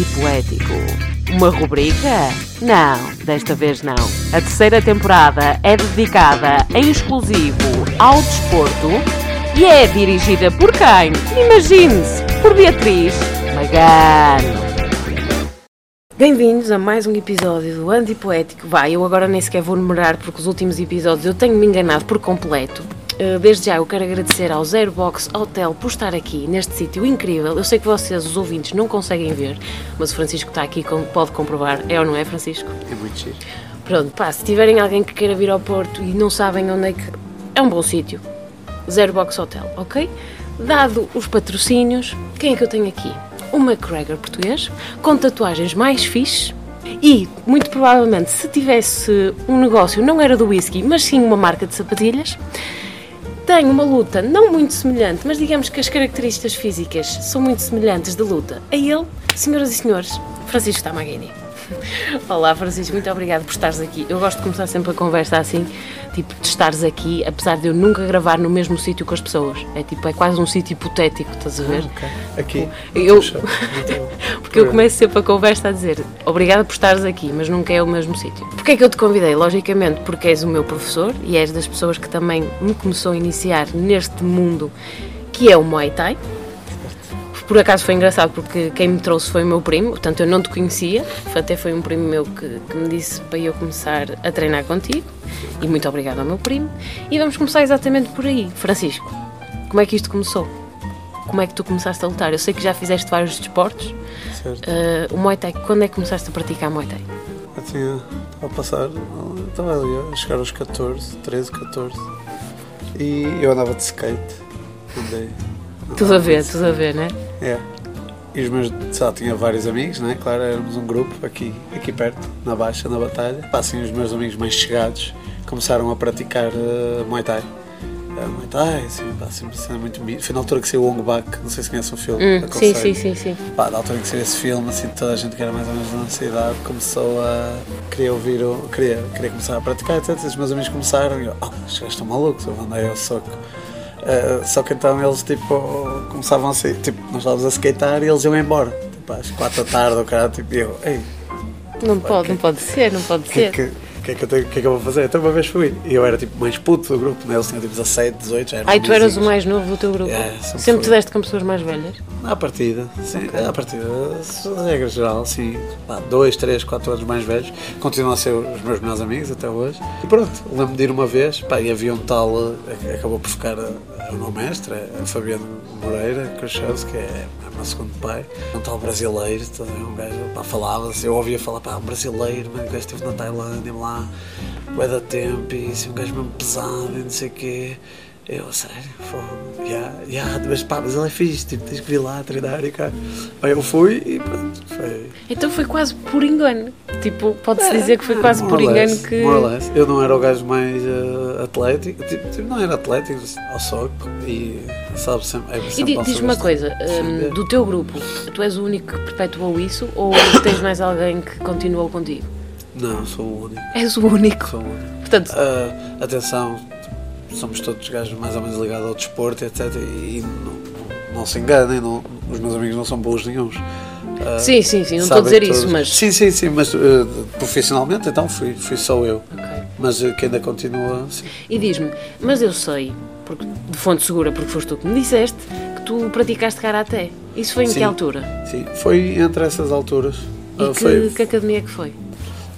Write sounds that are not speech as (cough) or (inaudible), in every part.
Antipoético. Uma rubrica? Não, desta vez não. A terceira temporada é dedicada em exclusivo ao desporto e é dirigida por quem? Imagine-se, por Beatriz Magano. Bem-vindos a mais um episódio do Antipoético. Vai, eu agora nem sequer vou numerar porque os últimos episódios eu tenho me enganado por completo. Uh, Desde já eu quero agradecer ao Zero Box Hotel por estar aqui neste sítio incrível. Eu sei que vocês, os ouvintes, não conseguem ver, mas o Francisco está aqui, com- pode comprovar. É ou não é, Francisco? É muito giro. Pronto, pá, se tiverem alguém que queira vir ao Porto e não sabem onde é que. É um bom sítio. Zero Box Hotel, ok? Dado os patrocínios, quem é que eu tenho aqui? Um McGregor português, com tatuagens mais fixe. E, muito provavelmente, se tivesse um negócio, não era do whisky, mas sim uma marca de sapatilhas, tem uma luta não muito semelhante, mas digamos que as características físicas são muito semelhantes de luta a ele, senhoras e senhores, Francisco Tamaguini. (laughs) Olá Francisco, muito obrigada por estares aqui. Eu gosto de começar sempre a conversa assim, tipo, de estares aqui, apesar de eu nunca gravar no mesmo sítio que as pessoas. É tipo, é quase um sítio hipotético, estás a ver? Aqui. Eu- Puxa, então, Porque eu começo sempre a conversa a dizer obrigada por estares aqui, mas nunca é o mesmo sítio. Porquê é que eu te convidei? Logicamente porque és o meu professor e és das pessoas que também me começou a iniciar neste mundo que é o Muay Thai. Por acaso foi engraçado porque quem me trouxe foi o meu primo, portanto eu não te conhecia, até foi um primo meu que, que me disse para eu começar a treinar contigo e muito obrigada ao meu primo. E vamos começar exatamente por aí. Francisco, como é que isto começou? Como é que tu começaste a lutar? Eu sei que já fizeste vários desportos, Certo. (laughs) eh, o Muay Thai, quando é que começaste a praticar Muay Thai? Eu tinha. Estava a passar. eu Estava ali a chegar aos 14, 13, 14. E eu andava de skate. Andei. Tudo a ver, tudo a ver, né? É. E os meus. Só tinha vários amigos, né? Claro, éramos um grupo aqui, aqui perto, na Baixa, na Batalha. Pá, Assim, os meus amigos mais chegados começaram a praticar eh, Muay Thai. Eh, Muay Thai, assim, pá, assim, uma cena muito. mi- Foi na altura que saiu o Wong Bak, não sei se conhece o filme. Hum, sim, aconselho. sim, sim, sim. Pá, da altura em que saiu esse filme, assim, toda a gente que era mais ou menos da nossa idade começou a querer ouvir, o- queria, queria começar a praticar, etc. Os meus amigos começaram e eu, ah, estes gajos estão malucos, eu andei ao soco. Ah, só que então eles, tipo, começavam a sair, tipo, nós estávamos a skatear e eles iam embora, tipo, às quatro da tarde, o cara, tipo, e eu, ei, Não pode, não pode ser, não pode o que, é ser. que, o que é que eu tenho- o que é que eu vou fazer? Então uma vez fui, e eu era, tipo, mais puto do grupo, né? Eles tinham, tipo, 17, 18, já eram Ai, tu eras o vizinhos. mais novo do teu grupo. É, sempre Sempre te fui. deste com pessoas mais velhas. À partida, sim. À partida, se- regra geral, sim. Pá, dois, três, quatro anos mais velhos. Continuam a ser os meus melhores amigos até hoje. E pronto, lembro-me de ir uma vez, pá, e havia um tal, eh, que acabou por ficar eh, o meu mestre, eh, Fabiano Moreira Cruxaus, que é o meu segundo pai. Um tal brasileiro, estás a ver, um gajo, pá, falava-se, eu ouvia falar, pá, um brasileiro, mas o gajo esteve na Tailândia, lá, vai dar tempo, e assim, um gajo mesmo pesado, e não sei o quê. Eu, sério, fogo. Ya, ya, mas pá, mas ele é fixe, tipo, tens que vir lá treinar e cá. Bem, eu fui e pronto, foi. Então foi quase por engano. Tipo, pode-se dizer que foi quase por More or engano less, que. more or less. Eu não era o gajo mais eh, atlético, tipo, tipo, não era atlético mas ao soco e sabe sempre. É E sempre di- ao diz-me soco uma bastante. coisa, Sim, hum, é. do teu grupo, tu és o único que perpetuou isso ou tens mais alguém que continuou contigo? Não, sou o único. És o único. Sou o único. Portanto, Ah, atenção, somos todos gajos mais ou menos ligados ao desporto, etc. E, não, não se enganem, não- os meus amigos não são bons nenhums. Ah, sim, sim, sim, não estou a Sabem dizer todos. isso, mas. Sim, sim, sim, mas eh, profissionalmente então fui, fui só eu. Ok. Mas eh, que ainda continua. Sim. E diz-me, mas eu sei, porque, de fonte segura, porque foste tu que me disseste, que tu praticaste karaté. Isso foi em que Sim. altura? sim. Foi entre essas alturas. E Ah, que, foi, que academia é que foi?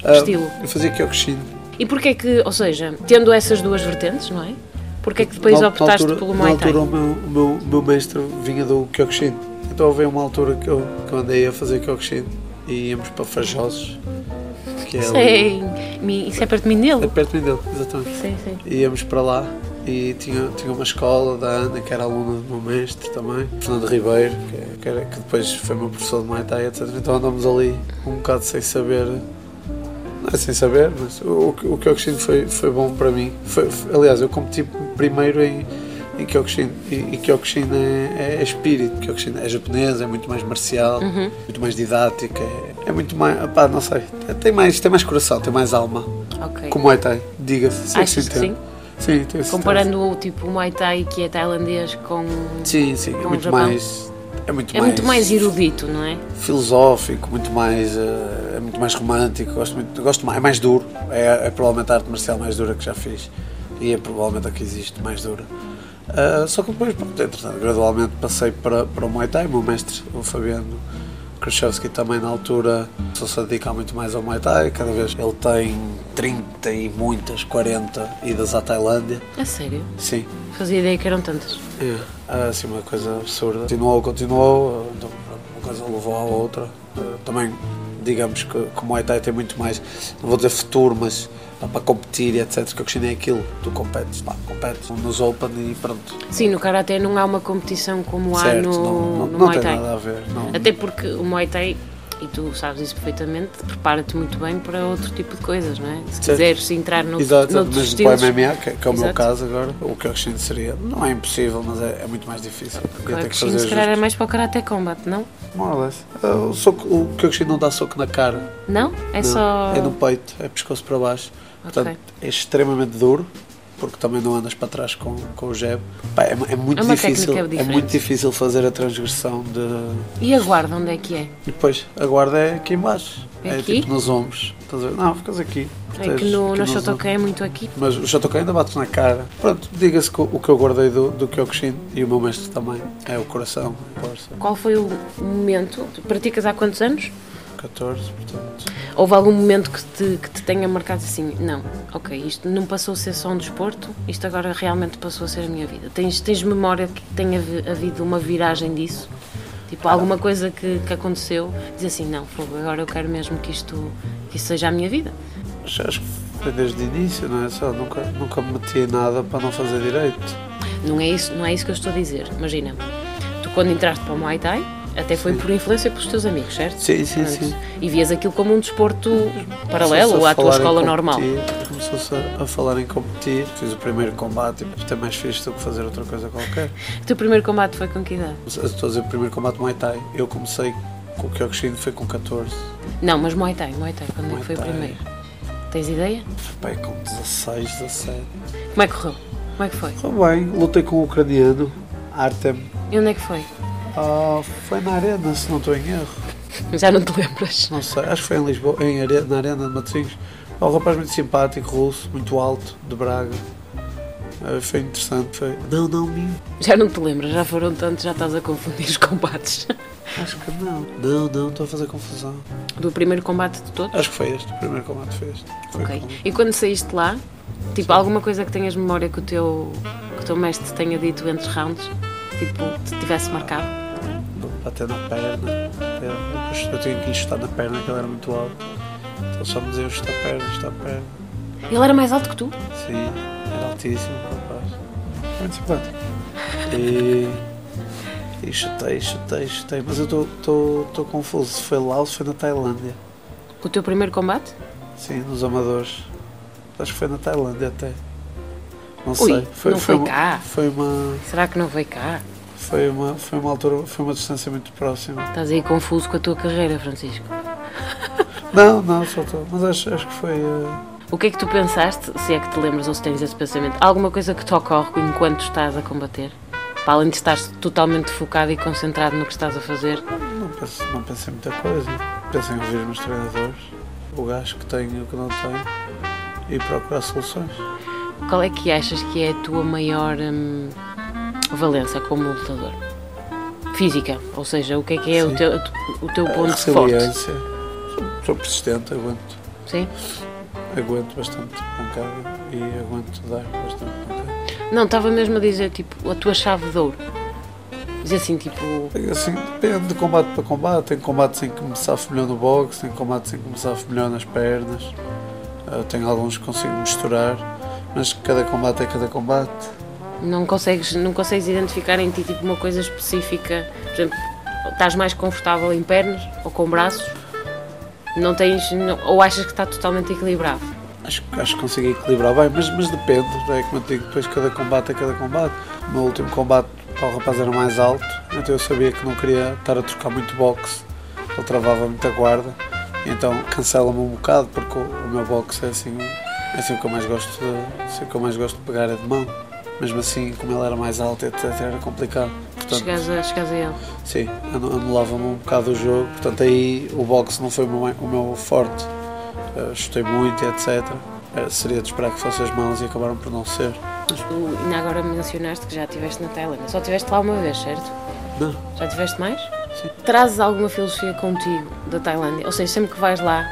ah, estilo? Eu fazia Kyokushin. E porquê é que, ou seja, tendo essas duas vertentes, não é? Porquê é que depois Na- na optaste altura- pelo Muay Thai? Na altura o meu, o meu, o meu mestre vinha do Kyokushin. Então houve uma altura que eu, que eu andei a fazer Kyokushin e íamos para Fajosos. Que é Isso é, ali- em Mi- isso é perto de é Mindelo? perto de mim dele, exatamente. Sim, sim. íamos para lá e tinha, tinha uma escola da Ana, que era aluna do meu mestre também, Fernando Ribeiro, que, é- que, era- que depois foi meu professor de Muay Thai, etc. Então andámos ali um bocado sem saber, não é sem saber, mas o, o que- o Kyokushin foi, foi bom para mim. Foi, foi- aliás, eu competi primeiro em, em Kyokushin, e, e Kyokushin é, é, é espírito, Kyokushin é japonês, é muito mais marcial, Uhum. muito mais didática, é, é muito mais, pá, não sei, tem mais, tem mais coração, tem mais alma, Ok. como o Muay Thai, diga-se. sim, Achas que tem. sim? Sim, tenho certeza. Comparando o tipo Muay Thai que é tailandês com... Sim, sim, é com o muito Japão. mais é muito É mais. muito mais erudito, não é? filosófico, muito mais, eh, é muito mais romântico, gosto muito, gosto mais, é mais duro, é, é provavelmente a arte marcial mais dura que já fiz e é provavelmente a que existe mais dura. Ah, só que depois, pronto, entretanto, gradualmente passei para, para o Muay Thai, o meu mestre, o Fabiano Krzyzewski também na altura só se dedica muito mais ao Muay Thai, cada vez ele tem 30 e muitas, 40 idas à Tailândia, A sério. sim, Fazia ideia que eram tantas. é, ah, assim, uma coisa absurda. Continuou, continuou, então, pronto, uma coisa levou à outra. Ah, Também, digamos que, que o Muay Thai tem muito mais, não vou dizer futuro, mas pá, para competir e etc. Que a China é aquilo, tu competes, pá, competes nos Open e pronto. Sim, no Karate não há uma competição como há certo, no, não, não, no não Muay tem Thai. nada a ver. Não, Até porque o Muay Thai, e tu sabes isso perfeitamente, prepara-te muito bem para outro tipo de coisas, não é? Se quiseres entrar no, Exato, noutros mas estilos... para o MMA, que, que é o meu Exato. caso agora, o que eu acrescento seria, não é impossível, mas é, é muito mais difícil. porque eu Claro tenho que que sim, fazer se calhar é ajustes. mais para o Karate Combat, não? More or less. Ah, o soco- O Kyokushin não dá soco na cara, Não? É Não, só... é no peito, é pescoço para baixo. Ok. Portanto, é extremamente duro, porque também não andas para trás com, com o jab. Pá, é, é muito É uma difícil, técnica é diferente. muito difícil fazer a transgressão de E a guarda, onde é que é? e depois a guarda é aqui em baixo. É É, aqui? tipo nos ombros. Estás a ver? Não, ficas aqui. É que Tens no, aqui no nos Shotokan é muito aqui. mas o Shotokan ainda bate na cara. Pronto, diga-se que o o que eu guardei do, do Kyokushin e o meu mestre também é o coração, a força. Qual foi o momento? Tu praticas há quantos anos? 14, portanto. Houve algum momento que te, que te tenha marcado assim? Não, ok, isto não passou a ser só um desporto, isto agora realmente passou a ser a minha vida. Tens, tens memória que tenha havi- havido uma viragem disso? Tipo, alguma coisa que, que aconteceu? Diz assim, não, fogo, agora eu quero mesmo que isto, que isto seja a minha vida. Acho, acho que foi desde o início, não é? Só nunca, nunca me meti em nada para não fazer direito. Não é isso, não é isso que eu estou a dizer. Imagina, tu quando entraste para o Muay Thai, até foi por influência pelos teus amigos, certo? Sim, sim, Portanto, sim. E vias aquilo como um desporto paralelo Começou-se a à tua falar em escola normal. competir, Começou-se a- a falar em competir. Fiz o primeiro combate, e isto é mais fixe do que fazer outra coisa qualquer. O teu primeiro combate foi com que idade? Estou a dizer o primeiro combate Muay Thai. Eu comecei com o Kyokushin, foi com 14. Não, mas Muay Thai, Muay Thai, quando é que Muay foi o Thai. primeiro? Tens ideia? Pai, com 16, 17. Como é que correu? Como é que foi? Tudo bem, lutei com o ucraniano, Artem. E onde é que foi? Ah, foi na arena, se não estou em erro. (laughs) Já não te lembras? Não sei, acho que foi em Lisboa, em are... na Arena de Matosinhos. É um rapaz muito simpático, russo, muito alto, de Braga. Ah, foi interessante, foi. Não, não, minto. Já não te lembras, já foram tantos, já estás a confundir os combates. Acho que não. Não, não, estou a fazer confusão. Do primeiro combate de todos? Acho que foi este, o primeiro combate foi este. Foi Ok. com- E quando saíste lá, tipo, alguma coisa que tenhas memória que o teu, que o teu mestre te tenha dito entre rounds? Tipo, te tivesse marcado? Bater na perna. É, Eu, eu tinha que lhe chutar na perna, que ele era muito alto. Então só me dizia chutar a perna, chutar a perna. Ele era mais alto que tu? Sim, era altíssimo, rapaz. Era Muito simpático. E, e chutei, chutei, chutei. Mas eu estou confuso. Se foi lá ou se foi na Tailândia. O teu primeiro combate? Sim, nos Amadores. Acho que foi na Tailândia até. Não Ui, sei. não foi um- uma- cá. Foi uma. Será que não veio cá? Foi uma, foi uma altura, foi uma distância muito próxima. Estás aí confuso com a tua carreira, Francisco. Não, não, só estou. Mas acho, acho que foi. eh, O que é que tu pensaste, se é que te lembras ou se tens esse pensamento? Alguma coisa que te ocorre enquanto estás a combater? Para além de estar totalmente focado e concentrado no que estás a fazer, não, pensei, não pensei muita coisa. Pensei em ouvir os meus treinadores, o gajo que tenho e o que não tenho, e procurar soluções. qual é que achas que é a tua maior hum, valença como lutador? Física, ou seja, o que é que é o Sim. Ah, teu, o teu ponto forte? Resiliência. Sou, sou persistente, aguento. Sim? Aguento bastante pancada e aguento dar bastante pancada. Não, estava mesmo a dizer, tipo, a tua chave de ouro. Dizer assim, tipo, Assim, depende de combate para combate. Tem combates em que me safo melhor no boxe, tem combates em que me safo melhor nas pernas. Ah, tem alguns que consigo misturar, mas cada combate é cada combate. Não consegues, não consegues identificar em ti tipo, uma coisa específica? Por exemplo, estás mais confortável em pernas ou com braços? Não tens, não- ou achas que está totalmente equilibrado? Acho, que- acho que consegui equilibrar bem, mas, mas depende, não é como eu digo, depois cada combate é cada combate. O meu último combate pá, o rapaz era mais alto, então eu sabia que não queria estar a trocar muito boxe, ele travava muita guarda, então cancela-me um bocado porque o, o meu boxe é assim, é assim o que eu mais gosto de, assim o que eu mais gosto de pegar é de mão. Mesmo assim, como ele era mais alto, etc, era complicado. portanto, Chegares a, chegares a ele. sim, anu- anulava-me um bocado o jogo, portanto aí o boxe não foi o meu, o meu forte, Eh, chutei muito, etc. Eh, seria de esperar que fossem as mãos e acabaram por não ser. Tu ainda agora mencionaste que já estiveste na Tailândia. Só estiveste lá uma vez, certo? Não, Já tiveste mais? Sim. Trazes alguma filosofia contigo da Tailândia? Ou seja, sempre que vais lá,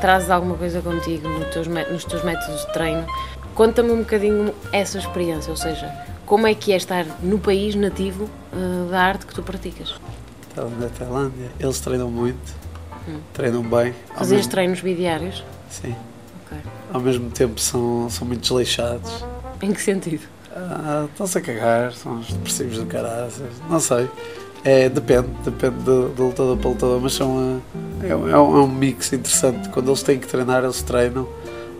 trazes alguma coisa contigo nos teus, mé- nos teus métodos de treino? Conta-me um bocadinho essa experiência, ou seja, como é que é estar no país nativo eh, da arte que tu praticas? estava na Tailândia, eles treinam muito, treinam bem. Ao Hum. Fazias mesmo- treinos bidiários? Sim. Ok. Ao mesmo tempo são, são muito desleixados. Em que sentido? Ah, Estão-se a cagar, são os depressivos do caraças, não sei. É, depende, depende do, do lutador para lutador, mas são, ah, é, um- é um é um mix interessante. Quando eles têm que treinar, eles treinam,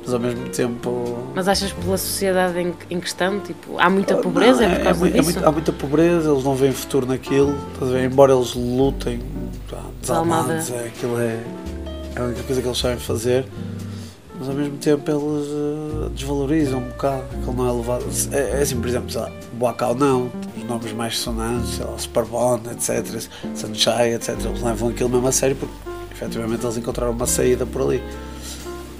mas ao mesmo tempo. Mas achas pela sociedade em, que- em questão, tipo, há muita Ah, Não, pobreza é, por causa mui- é disso? muito- há muita pobreza, eles não veem futuro naquilo, estás a ver? embora eles lutem pá, Desalmada. desalmados, é, aquilo é, é a única coisa que eles sabem fazer, mas ao mesmo tempo eles eh, desvalorizam um bocado, aquilo não é levado. É, é assim, por exemplo, sei lá, Boacau não, os nomes mais sonantes, sei lá, Superbond, etc., Sunshine, etc., eles levam aquilo mesmo a sério porque efetivamente eles encontraram uma saída por ali.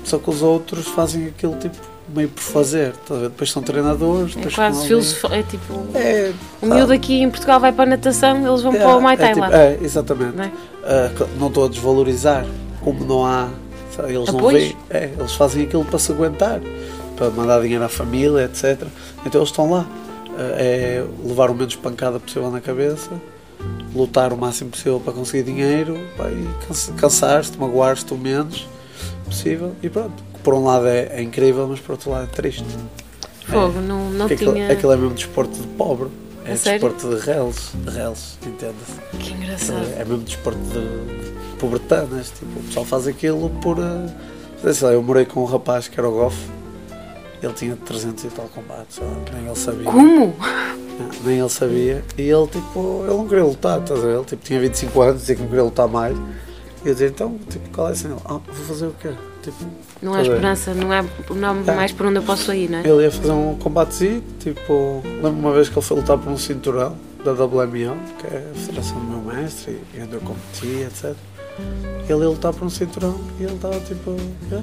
Só que os outros fazem aquilo tipo meio por fazer, estás a ver? depois são treinadores, É depois ficam quase ali. filosofia, é tipo, É, o miúdo aqui um em Portugal vai para a natação, eles vão para o Muay Thai é, tipo- lá. é, exatamente. Não é? Ah, co- não estou a desvalorizar, como não há. sabe, Eles não Apoios? veem. é, eles fazem aquilo para se aguentar, para mandar dinheiro à família, etc. Então eles estão lá. Ah, é levar o menos pancada possível na cabeça, lutar o máximo possível para conseguir dinheiro, pá, e canse- cansar-se, magoar-se o menos possível e pronto. Por um lado é, é incrível, mas por outro lado é triste. Fogo, não, não Porque tinha. aquilo, aquilo é mesmo desporto de pobre. É A sério? desporto de reles, de reles, entenda-se. Que engraçado. É mesmo desporto de pobretanas. Tipo, o pessoal faz aquilo por. eh, Sei lá, eu morei com um rapaz que era o Goff. Ele tinha 300 e tal combates, sei lá, nem ele sabia. Ah, Como? Nem ele sabia. E ele, tipo, ele não queria lutar, estás a ver? Ele tipo, tinha 25 anos, dizia que não queria lutar mais. E eu dizia, então, tipo, qual é assim? Ele, ah, vou fazer o quê? Tipo, Não há Tudo bem. Tá. esperança, não há, não há mais por onde eu posso ir, não é? Ele ia fazer um combatezinho, tipo, lembro uma vez que ele foi lutar por um cinturão da WMO, que é a federação do meu mestre, e onde eu competi, etc. Ele ia lutar por um cinturão e ele estava tipo, "Quê?"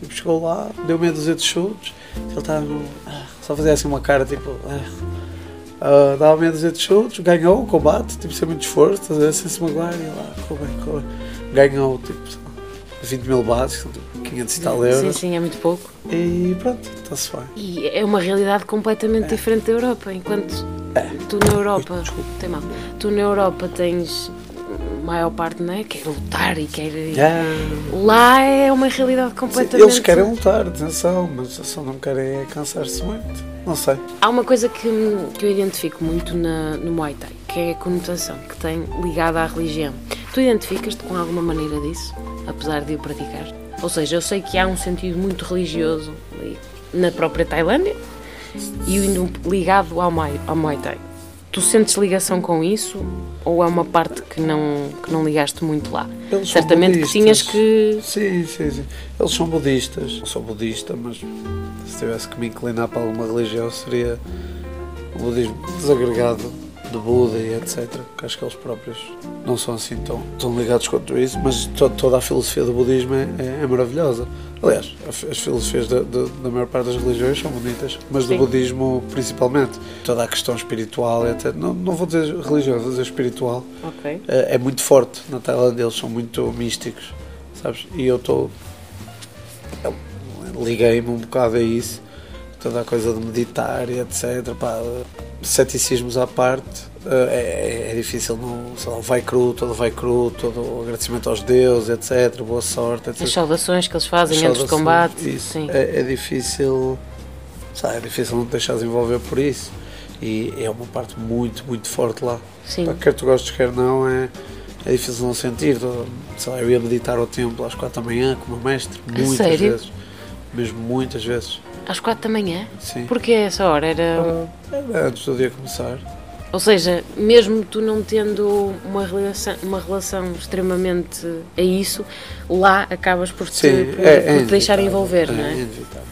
tipo, chegou lá, deu meia dúzia de chutes, ele estava "Ah", só fazia assim uma cara tipo, "Ah". Ah, dava meia dúzia de chutes, ganhou o combate, tipo, sem muito esforço, estás a ver, sem se magoar, e lá, correu bem, correu bem. Ganhou, tipo, sei lá, 20 mil bases, 500 e tal Sim, euros, sim, é muito pouco. e pronto, está-se bem. E é uma realidade completamente É. diferente da Europa. Enquanto tu na Europa. Tem mal. Tu na Europa tens maior parte, não é? Quer lutar e quer. Ah. Lá é uma realidade Sim, completamente. Eles querem lutar, atenção, mas só não querem é cansar-se muito. Não sei. Há uma coisa que, que eu identifico muito na- no Muay Thai, que é a conotação que tem ligada à religião. Tu identificas-te com alguma maneira disso, apesar de o praticar? Ou seja, eu sei que há um sentido muito religioso ali na própria Tailândia e indo ligado ao Muay, ao Muay Thai. Tu sentes ligação com isso ou é uma parte que não, que não ligaste muito lá? Eles são Certamente que budistas. tinhas que. Sim, sim, sim. Eles são budistas. Não sou budista, mas se tivesse que me inclinar para alguma religião seria o budismo desagregado de Buda e etc. Que acho que eles próprios não são assim tão, tão ligados quanto isso, mas to- toda a filosofia do budismo é, é- é maravilhosa. Aliás, a fi- as filosofias da, da- da maior parte das religiões são bonitas, mas Sim. do budismo principalmente. Toda a questão espiritual, etc. Não, não vou dizer religião, vou dizer espiritual Ok. é é muito forte na Tailândia, eles são muito místicos, sabes? E eu estou. Liguei-me um bocado a isso, toda a coisa de meditar e etc. Pá, ceticismos à parte, eh, é, é difícil, não, sei lá, o vai cru, todo o vai cru, todo o agradecimento aos deuses, etc. Boa sorte, etc. As saudações que eles fazem Só antes do da saúde, combate. isso. Sim. É, é difícil, sabe, é difícil não te deixares envolver por isso. E é uma parte muito, muito forte lá. Sim. Pá, Quer tu gostes, quer não, é, é difícil não sentir. Tô- Sei lá, eu ia meditar ao templo às quatro da manhã com o meu mestre, muitas sério? vezes. Mesmo muitas vezes. Às quatro da manhã? Sim. Porque é essa hora era. um- Era Antes do dia começar. Ou seja, mesmo tu não tendo uma relação, uma relação extremamente a isso, lá acabas por te, por- por te deixar é, inevitável, envolver, é não é? inevitável.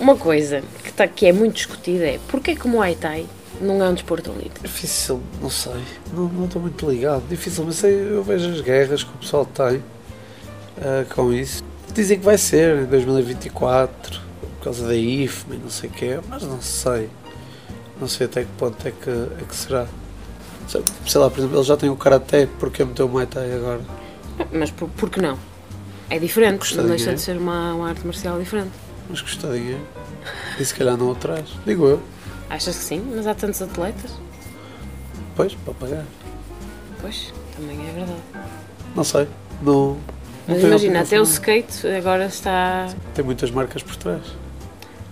Uma coisa que, tá- que é muito discutida é porque é que o Muay Thai Não é um desporto olímpico. Difícil, não sei. Não, não estou muito ligado. Difícil, mas sei, eu vejo as guerras que o pessoal tem ah, com isso. Dizem que vai ser em 2024, por causa da IFM e não sei o quê, mas não sei. Não sei até que ponto é que, é que será. Sei, sei lá, por exemplo, eles já têm o Karaté, porque meteu o Muay Thai agora? Mas por, por que não? É diferente, Custa não deixa dinheiro. de ser uma, uma arte marcial diferente. Mas custa dinheiro. E se calhar não o traz. Digo eu. Achas que sim? Mas há tantos atletas? Pois, para pagar. Pois, também é verdade. Não sei. Não. não Mas tenho imagina, opinião até o sobre. skate agora está. Tem muitas marcas por trás.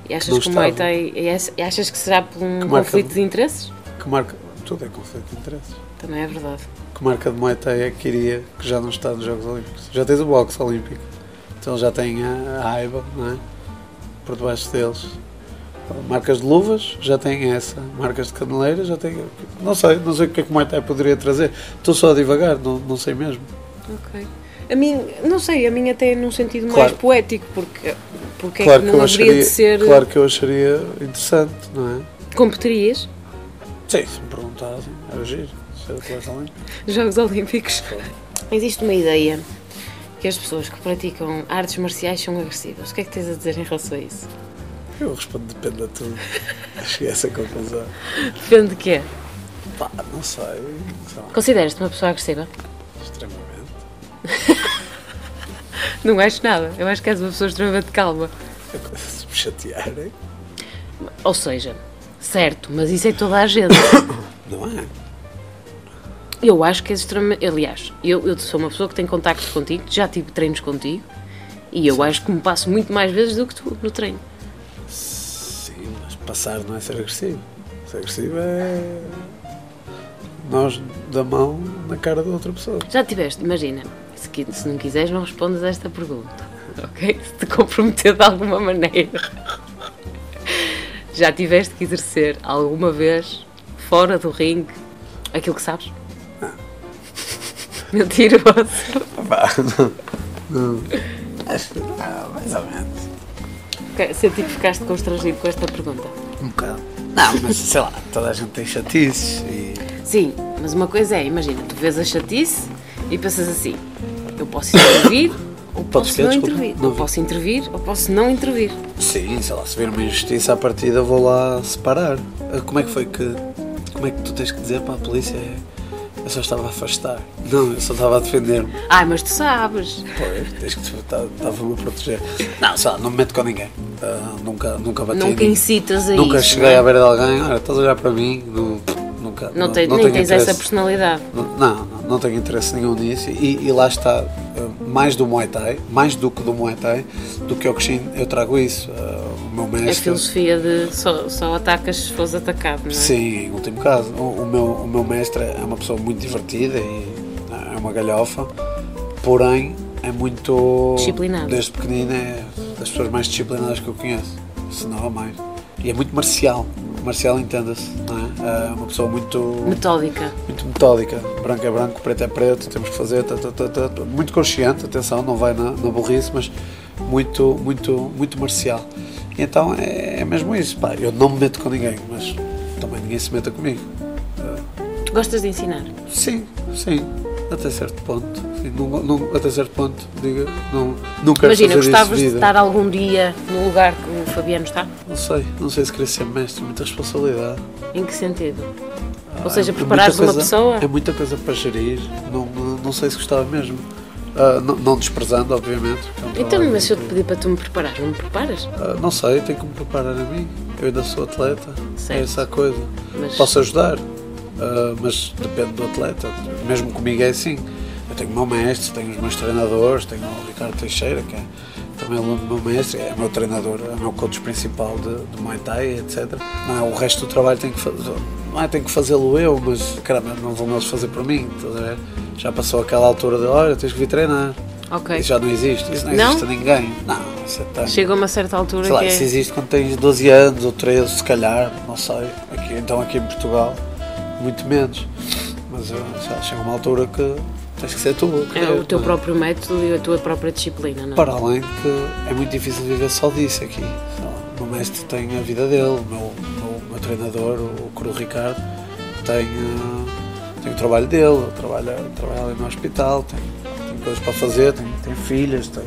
E achas Não que o Muay estava. Thai. E ach- e achas que será por um Que marca conflito de- de interesses? Que marca. Tudo é conflito de interesses. Também é verdade. Que marca de Muay Thai é que iria, que já não está nos Jogos Olímpicos? Já tens o boxe olímpico. Então já tem a a raiva, não é? Por debaixo deles. Marcas de luvas, já tem essa. Marcas de caneleiras, já tem. Não sei, não sei o que é que o Muay Thai poderia trazer. Estou só a divagar, não, não sei mesmo. Ok. A mim, não sei, a mim até num sentido mais Claro. poético, porque, porque claro é que, que não eu haveria acharia, de ser. eh, claro que eu acharia interessante, não é? Competerias, Sim, se me perguntassem, era giro. Ser atleta olímpico. Jogos Olímpicos. Existe uma ideia que as pessoas que praticam artes marciais são agressivas. O que é que tens a dizer em relação a isso? Eu respondo, depende de tudo. (laughs) Cheguei a essa conclusão. Depende de quê? Pá, não sei. sei lá, Consideras-te uma pessoa agressiva? extremamente. Não acho nada. Eu acho que és uma pessoa extremamente calma. É (laughs) Se me chatearem, Ou seja, certo, mas isso é toda a gente. não é? Eu acho que és extremamente. Aliás, eu, eu sou uma pessoa que tem contacto contigo, já tive treinos contigo e eu acho que me passo muito mais vezes do que tu no treino. Sim, mas passar não é ser agressivo. Ser agressivo é. Nós da mão na cara da outra pessoa. Já tiveste, imagina, se, qui- se não quiseres, não respondes a esta pergunta, (laughs) ok? Se te comprometer de alguma maneira. Já tiveste que exercer alguma vez, fora do ringue, aquilo que sabes? (laughs) Mentiroso. Acho que não, mais ou menos. Ok, Senti que ficaste constrangido com esta pergunta. Um bocado. Não, mas sei lá, toda a gente tem chatices e. Sim, mas uma coisa é, imagina, tu vês a chatice e pensas assim, eu posso intervir (coughs) ou posso quê? não Desculpa, intervir, não ou vi. posso intervir ou posso não intervir. Sim, sei lá, se vir uma injustiça à partida vou lá separar. Ah, Como é que foi que. Como é que tu tens que dizer para a polícia? "É, Eu só estava a afastar. Não, eu só estava a defender-me. Ai, mas tu sabes. Pois, tens que estava-me a proteger. Não, sei lá, não me meto com ninguém. Ah, nunca, nunca bati. Nunca ninguém. incitas a Nunca isso, cheguei não é? à beira de alguém, olha, estás a olhar para mim, não, nunca. Não, tens- não nem tenho tens interesse. essa personalidade. Não, não, não tenho interesse nenhum nisso. E, e lá está, eh, mais do Muay Thai, mais do que do Muay Thai, do que ao Cochin, eu trago isso. Eh, O meu É a mestre. filosofia de só, só atacas se fores atacado, não é? Sim, em último caso. O, o meu, o meu mestre é uma pessoa muito divertida e é uma galhofa, porém é muito. Disciplinado. Desde pequenino é das pessoas mais disciplinadas que eu conheço, se não a mais. E é muito marcial, marcial entenda-se, não é? É uma pessoa muito. Metódica. muito metódica, branco é branco, preto é preto, temos que fazer, tá, tá, tá, tá, tá. muito consciente, atenção, não vai na, na burrice, mas muito, muito, muito marcial. E então é, é mesmo isso, pá, eu não me meto com ninguém, mas também ninguém se meta comigo. Tu gostas de ensinar. Sim, sim, até certo ponto, Sim, não- não- até certo ponto, diga, não, não quero Imagina, fazer isso gostavas de vida. estar algum dia no lugar que o Fabiano está? Não sei, não sei se queria ser mestre, muita responsabilidade. Em que sentido? Ou Ah, seja, é muita preparares uma coisa- pessoa? É muita coisa para gerir, não, não sei se gostava mesmo. Ah, não, não desprezando, obviamente. porque é um Então, trabalho mas se eu te muito- pedir para tu me preparares, não me preparas? Ah, não sei, tenho que me preparar a mim. Eu ainda sou atleta, Certo. é essa a coisa. Mas- Posso ajudar, ah, mas depende do atleta. Mesmo comigo é assim. Eu tenho o meu mestre, tenho os meus treinadores, tenho o Ricardo Teixeira, que é também aluno do meu mestre, é meu treinador, é meu coach principal de, de Muay Thai, etc. Não é, o resto do trabalho tenho que fazer. Não é, tenho que fazê-lo eu, mas caramba, não vão eles fazer por mim. estás a ver? Já passou aquela altura de olha, tens que vir treinar. Ok. Isso já não existe, isso não, Não? existe a ninguém. Não, isso é tão- Chega a uma certa altura Sei lá, que é... isso existe quando tens 12 anos ou 13, se calhar, não sei. Aqui, então aqui em Portugal, muito menos. Mas eu, sei lá, chega uma altura que tens que ser tu. É creio, o teu não é? próprio método e a tua própria disciplina, não é? Para além de que é muito difícil viver só disso aqui. Sei lá, O meu mestre tem a vida dele, o meu, o meu, o meu treinador, o Cru Ricardo, tem, eh, tem o trabalho dele, trabalha, trabalha ali no hospital, tem, tem coisas para fazer, tem, tem filhas, tem,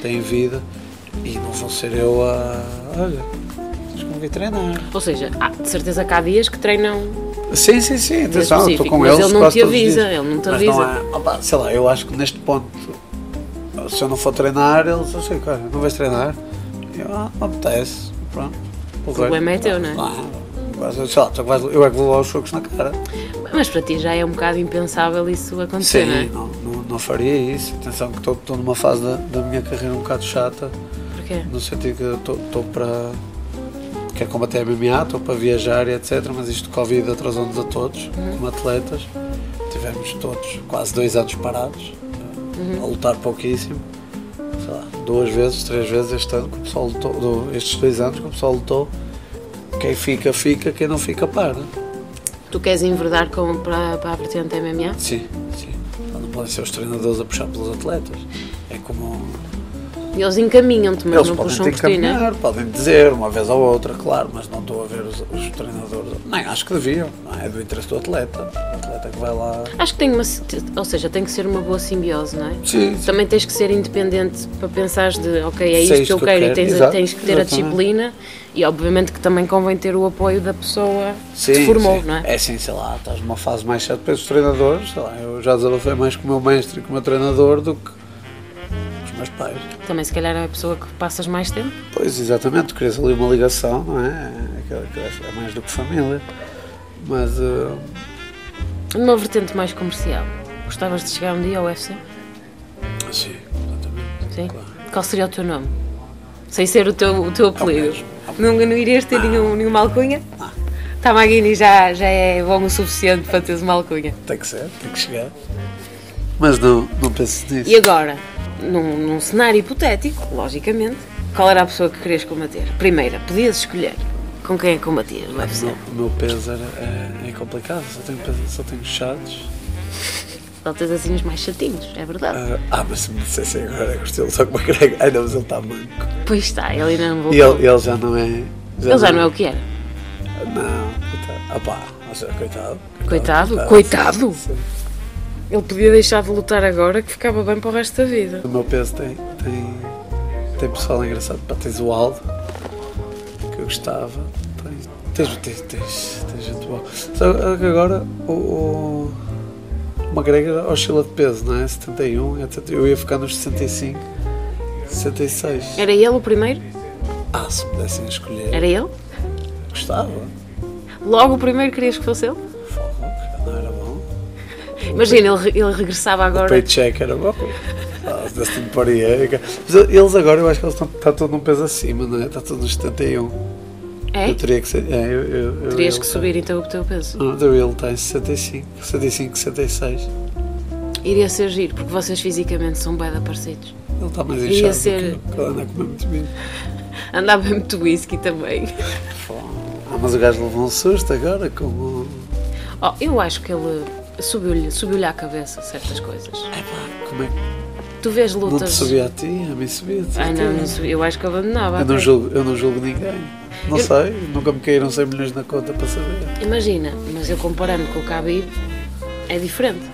tem vida e não vou ser eu a. Olha, tens que me vir treinar. Ou seja, há de certeza que há dias que treinam. Sim, sim, sim, atenção, estou é específico, com mas eles. ele não quase te todos os avisa, dias. ele não te Mas avisa. há- opá, sei lá, eu acho que neste ponto, se eu não for treinar, eles assim, cara, não vais treinar. E Eu, ah, não apetece, pronto. O problema é teu, não é? é? Sei lá, tu é que vais- eu é que vou levar os socos na cara. Mas para ti já é um bocado impensável isso acontecer, Sim, não é? não, não, não faria isso. Atenção que estou- estou numa fase da, da minha carreira um bocado chata, é? Porquê? no sentido que eu estou- estou para. Quero é combater MMA, estou para viajar e etc. Mas isto de Covid atrasou-nos a todos, como atletas. Tivemos todos quase dois anos parados, a lutar pouquíssimo. Sei lá, duas vezes, três vezes este ano que o pessoal lutou, do- estes dois anos que o pessoal lutou. Quem fica, fica, quem não fica, para. né? Tu queres enverdar com, para, para a vertente MMA? Sim, sim. Não podem ser os treinadores a puxar pelos atletas. É como. E Eles encaminham-te, mas Eles não podem puxam ter por que ti, não é? caminhar, podem dizer uma vez ou outra, claro, mas não estou a ver os, os treinadores. Nem acho que deviam. Não é do interesse do atleta. O atleta que vai lá. Acho que tem uma. Ou seja, tem que ser uma boa simbiose, não é? Sim, sim. Também tens que ser independente para pensares de, ok, é Se é isto, isto que eu que eu quero, quero. e tens, Exato, tens que ter a exatamente. disciplina e obviamente que também convém ter o apoio da pessoa que Sim, te formou, sim. não é? É assim, sei lá, estás numa fase mais chata. Depois os treinadores, sei lá, eu já desabafei mais com o meu mestre e com o meu treinador do que com os meus pais. Também se calhar é a pessoa que passas mais tempo. Pois, exatamente, tu querias ali uma ligação, não é? Aquela que É é mais do que família. Mas. eh, Numa vertente mais comercial, gostavas de chegar um dia ao UFC? Sim, exatamente. Sim? Claro. É Qual seria o teu nome? Sem ser o teu, o teu apelido. mesmo. Ah. Não, não irias ter nenhum, nenhuma alcunha? Tamagini já, já é bom o suficiente para teres uma alcunha. Tem que ser, tem que chegar. Mas não, não penso nisso. E agora, num, num cenário hipotético, logicamente, qual era a pessoa que querias combater? Primeira, podias escolher com quem é que combatias no O UFC. meu- o meu peso era, é, é complicado, só tenho, peso- só tenho chatos. Só tens assim os mais chatinhos, é verdade. Ah, ah, mas se me dissessem agora que o estilo só com McGregor, ai não, mas ele está manco. Pois está, ele ainda não E voltou. ele, ele já não é. Ele já não é o que era. Não, coitado. Ah pá, ou seja, coitado. Coitado? Coitado? Sim. Ele podia deixar de lutar agora que ficava bem para o resto da vida. O meu peso tem, tem, tem pessoal engraçado. Pá, tens o Aldo, que eu gostava. Tens, tens, tens, tens, tens gente boa. Só que agora o, o, o McGregor oscila de peso, não é? 71, etc. Eu ia ficar nos 65, 66. Era ele o primeiro? Ah, se pudessem escolher, É. Era ele? gostava. Logo o primeiro querias que fosse ele? Fogo, não era bom. Imagina, ele, re- ele regressava O agora. paycheck era bom. Ah, o Dustin Poirier. Mas eles agora, eu acho que eles estão, está todo um peso acima, não é? Está todo nos 71. Eu É? teria que ser. É, eu, eu, eu Terias ia que lutar. subir então o teu peso. Não, eu ia lutar em 65, 65, 66. Iria ser giro, porque vocês fisicamente são bem parecidos. Ele está mais Ia inchado. do ser- Que, ele anda a comer muito bem. Andava (laughs) muito whisky também. Ah, mas o gajo levou um susto agora com o. Oh, eu acho que ele subiu-lhe subiu à cabeça certas coisas. Epá, como é que. Tu vês Não te lutas. subia É a ti, a mim subia. de Ai não, não certeza. subi. eu acho que abandonava. eu, não até. julgo, eu não julgo ninguém. Não Eu- sei, nunca me caíram 100 milhões na conta para saber. Imagina, mas eu comparando com o Khabib, é diferente.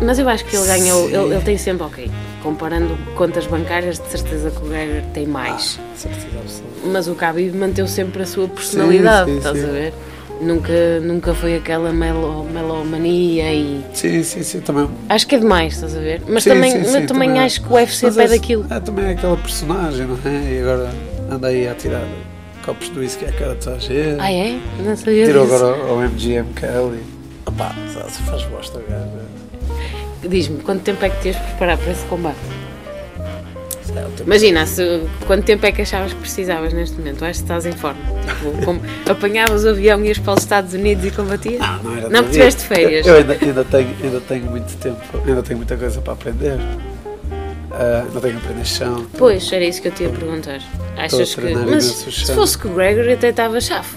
Mas eu acho que ele ganhou, Sim. ele, ele tem sempre, ok, comparando contas bancárias, de certeza que o Gregor tem mais. Ah, certeza absoluta. Mas o Khabib manteve sempre a sua personalidade, sim, estás sim. a ver? Nunca, nunca foi aquela melo, melomania e... Sim, sim, sim, também Acho que é demais, estás a ver? Mas Sim, também, sim, mas sim, é. também, acho que o UFC Mas pede esse- aquilo. É, também é aquela personagem, não é? E agora anda aí a tirar copos do whisky à cara de toda a gente. Ah é? Não sabia Tirou disso. agora ao MGM Kelly. Opá, só se faz bosta, gajo. Diz-me, quanto tempo é que tens de preparar para esse combate? Sei lá, o tempo- Imagina, se, quanto tempo é que achavas que precisavas neste momento? Acho que estás em forma. Tipo, como, (laughs) apanhavas o avião, ias para os Estados Unidos e combatias? Ah, não era Não tão que tiveste isso. férias. Eu ainda, ainda tenho, ainda tenho muito tempo, ainda tenho muita coisa para aprender. Ah, ainda tenho que aprender chão. Pois, era isso que eu te ia perguntar. Achas a que. treinar Mas imenso o se chão. fosse que o Gregory até estava chave.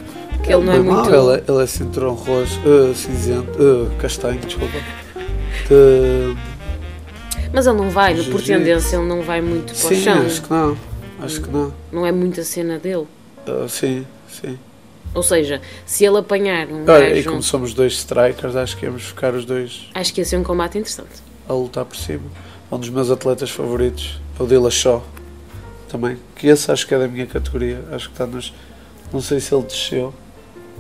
Que ele não é Bem mal, muito. Ele, ele é cinturão roxo, ah, cinzento, ah, castanho, desculpa. De- Mas ele não vai, no- por é Jiu-jitsu. tendência, ele não vai muito para o Sim, chão. acho que não. Acho que não. Não é muito a cena dele. Ah, sim, sim. Ou seja, se ele apanhar um Olha, e gajo. como somos dois strikers, acho que íamos ficar os dois Acho que ia ser um combate interessante. a lutar por cima. Um dos meus atletas favoritos é o Dillashaw, também. Que esse acho que é da minha categoria. Acho que está nos. Não sei se ele desceu,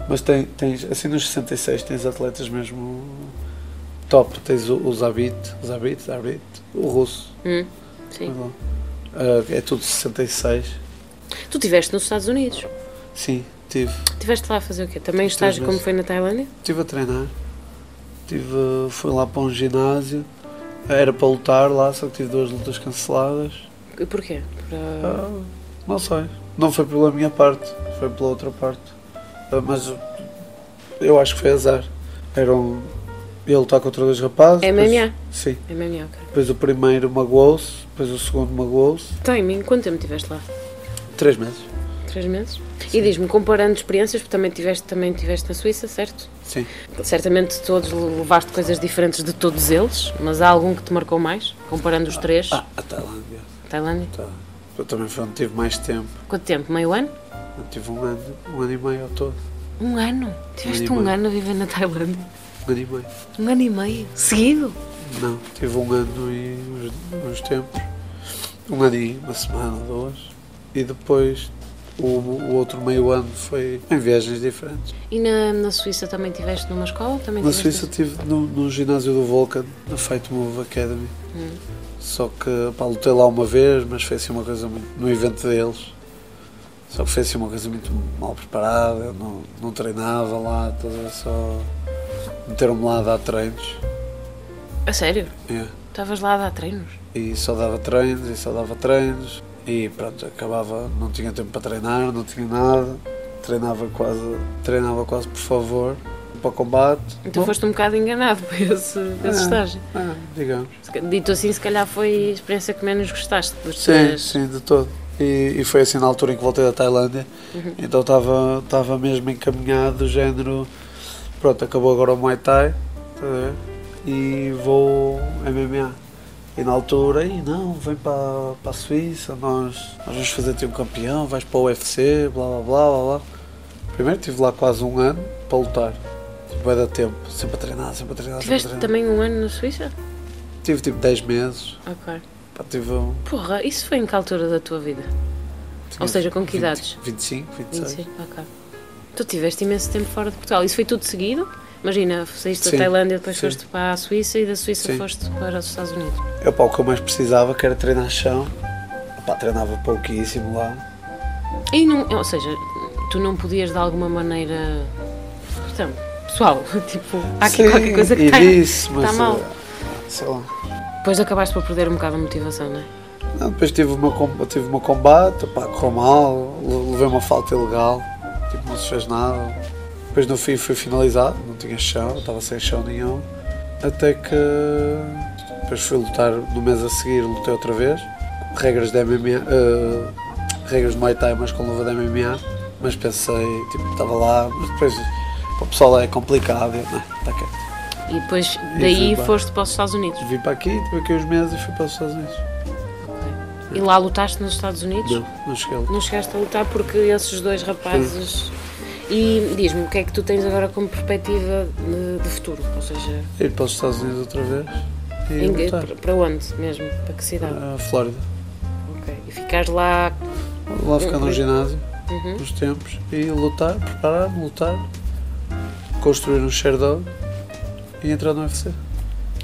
mas tem, tens, assim nos 66 tens atletas mesmo top. Tens o, o Zabit, Zabit, Zabit, o russo. Hum, sim. perdão. Ah, é tudo 66. Tu estiveste nos Estados Unidos. Sim, tive. Estiveste lá a fazer o quê? Também Estive estágio como mesmo. foi na Tailândia? Estive a treinar. Tive, fui lá para um ginásio. Era para lutar lá, só que tive duas lutas canceladas. E Porquê? Para- Ah, não sei. Não foi pela minha parte, foi pela outra parte. Ah, mas eu acho que foi azar. Era um. Ia lutar contra dois rapazes. MMA? Depois, sim. MMA, ok. Depois o primeiro magoou-se, depois o segundo magoou-se. Timing, Então, quanto tempo estiveste lá? Três meses. Três meses? E diz-me, comparando experiências, porque também tiveste, também tiveste na Suíça, certo? Sim. Certamente todos levaste coisas diferentes de todos eles, mas há algum que te marcou mais? Comparando os três, Ah, a Tailândia. Tailândia? Tá. Eu também foi onde tive mais tempo. Quanto tempo? Meio ano? Eu tive um ano, um ano e meio ao todo. Um ano? Tiveste Um ano e um meio. ano a viver na Tailândia? Um ano e meio. Um ano e meio? Seguido? Não, tive um ano e uns, uns tempos. Um ano e uma semana, duas. E depois o, o outro meio ano foi em viagens diferentes. E na, na Suíça também tiveste numa escola? Também Na tiveste Suíça estive no, no ginásio do Vulcan, na Fight Move Academy. Hum. Só que pá, lutei lá uma vez, mas foi assim uma coisa muito. no evento deles. Só que foi assim uma coisa muito mal preparada, eu não, não treinava lá, estás a ver, só meteram-me lá a dar treinos. A sério? É. Estavas lá a dar treinos? e só dava treinos e só dava treinos e pronto, acabava, não tinha tempo para treinar, não tinha nada, treinava quase, treinava quase por favor para o combate. Então Bom, foste um bocado enganado (laughs) por esse, esse Ah. estágio. ah, digamos. Se ca- Dito assim, se calhar foi a experiência que menos gostaste dos Sim, três. sim, de todo. E, e foi assim na altura em que voltei da Tailândia, Uhum. então estava estava mesmo encaminhado do género, pronto, acabou agora o Muay Thai tá a ver? e vou MMA. E na altura, e não, vem para, para a Suíça, nós, nós vamos fazer-te um campeão, vais para o UFC, blá blá blá blá blá. Primeiro estive lá quase um ano para lutar, tipo, vai dar tempo, sempre a treinar, sempre a treinar, sempre a Tiveste treinar. também um ano na Suíça? Tive tipo 10 meses, Ok. pá, tive um. Porra, isso foi em que altura da tua vida? tinha Ou seja, com que 20, idades? 25, 26. 25, ok. Tu tiveste imenso tempo fora de Portugal. Isso foi tudo seguido? Imagina, saíste Sim, da Tailândia, depois sim. foste para a Suíça e da Suíça Sim. foste para os Estados Unidos. Eu, É pá, o que eu mais precisava que era treinar chão. Pá, treinava pouquíssimo lá. E não, ou seja, tu não podias de alguma maneira. Portanto, pessoal, (laughs) tipo, há aqui Sim, qualquer coisa que e está. disse, mas, está mal. eh, Sei lá. Depois acabaste por perder um bocado a motivação, não é? Não, depois tive uma, com- tive uma combate, pá, correu mal, le- levei uma falta ilegal, tipo, não se fez nada. Depois no fim fui finalizado, não tinha chão, estava sem chão nenhum. Até que depois fui lutar no mês a seguir, lutei outra vez. Regras de MMA, eh, regras de Muay Thai, mas com luva de MMA. Mas pensei, tipo, estava lá, mas depois para o pessoal é complicado, eu, não, tá quieto. E depois daí fui para- foste para os Estados Unidos. Vim para aqui, tive aqui uns meses e fui para os Estados Unidos. E lá lutaste nos Estados Unidos? Não, não cheguei lá. Não chegaste a lutar porque esses dois rapazes. E diz-me, o que é que tu tens agora como perspectiva de, de futuro? Ou seja, ir para os Estados Unidos outra vez e em- lutar. para- para onde mesmo? Para que cidade? A Flórida. Ah. Ok. E ficares lá. Lá ficar no Ok. ginásio, Uhum. nos tempos, e lutar, preparar-me, lutar, construir um Sherdog e entrar no UFC.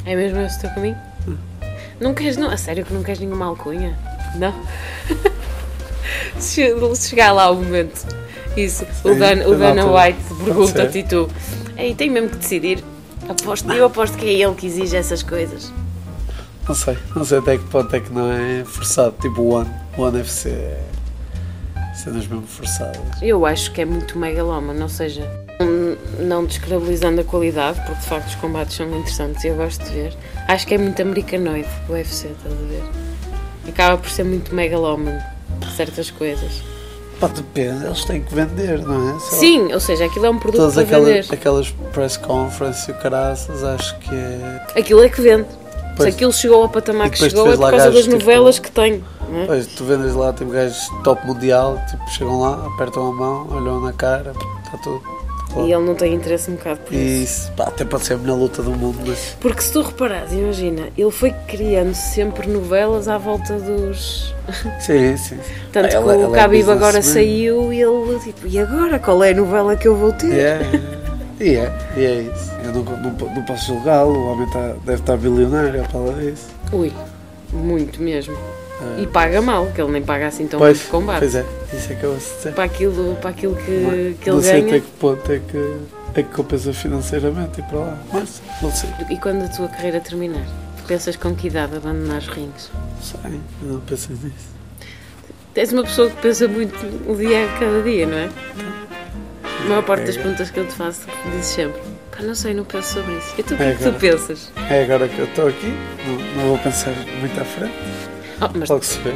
É mesmo esse o teu caminho? Não queres, não? A sério que não queres nenhuma alcunha? Não? (laughs) Se che- se chegar lá o momento, isso, o Sim, Dana, o tem lá Dana tudo. White Pode pergunta-te ser. e tu, aí tem mesmo que decidir. Aposto, eu aposto que é ele que exige essas coisas. Não sei, não sei até que ponto é que não é forçado, tipo o One, o One UFC é cenas mesmo forçadas. Eu acho que é muito megalómano, ou seja, n- não descredibilizando a qualidade, porque de facto os combates são interessantes e eu gosto de ver. Acho que é muito americanoide o UFC, estás a ver? Acaba por ser muito megalómano certas coisas. Pá, depende, eles têm que vender, não é? Sei lá, Sim, ou seja, aquilo é um produto Todas para aquelas, vender. aquelas press conferences e o caraças, acho que é. Aquilo é que vende. Pois. Se aquilo chegou ao patamar E que depois chegou tu é vês por lá causa das gajos, tipo, novelas que tem. não é? Pois, tu vendes lá, tipo gajos top mundial, tipo, chegam lá, apertam a mão, olham na cara, está tudo. E ele não tem interesse um bocado por E isso. isso, pá, até pode ser a melhor luta do mundo, mas Porque se tu reparares, imagina, ele foi criando sempre novelas à volta dos. sim, sim. Tanto Ah, que ela- o ela é Khabib agora businessman. saiu e ele, tipo, e agora? Qual é a novela que eu vou ter? É, e é, e é isso. Eu não, não, po- não posso julgá-lo, o homem tá- deve estar bilionário, a palavra é isso. Ui, muito mesmo. É. E paga mal, que ele nem paga assim tão muito pois, de combate. pois é, isso é que eu vou dizer. Para aquilo, para aquilo que, que não ele sei até ganha. que ponto é que, é que compensa financeiramente ir para lá, mas não sei. E quando a tua carreira terminar? Pensas com que idade abandonar os rings? Sei, não pensei nisso. És uma pessoa que pensa muito o dia a cada dia, não é? A maior É, parte das perguntas que eu te faço, tu dizes sempre: pá, não sei, não penso sobre isso. E tu, o que é que tu Agora. pensas? É agora que eu estou aqui, não, não vou pensar muito à frente, Oh, mas, logo se vê.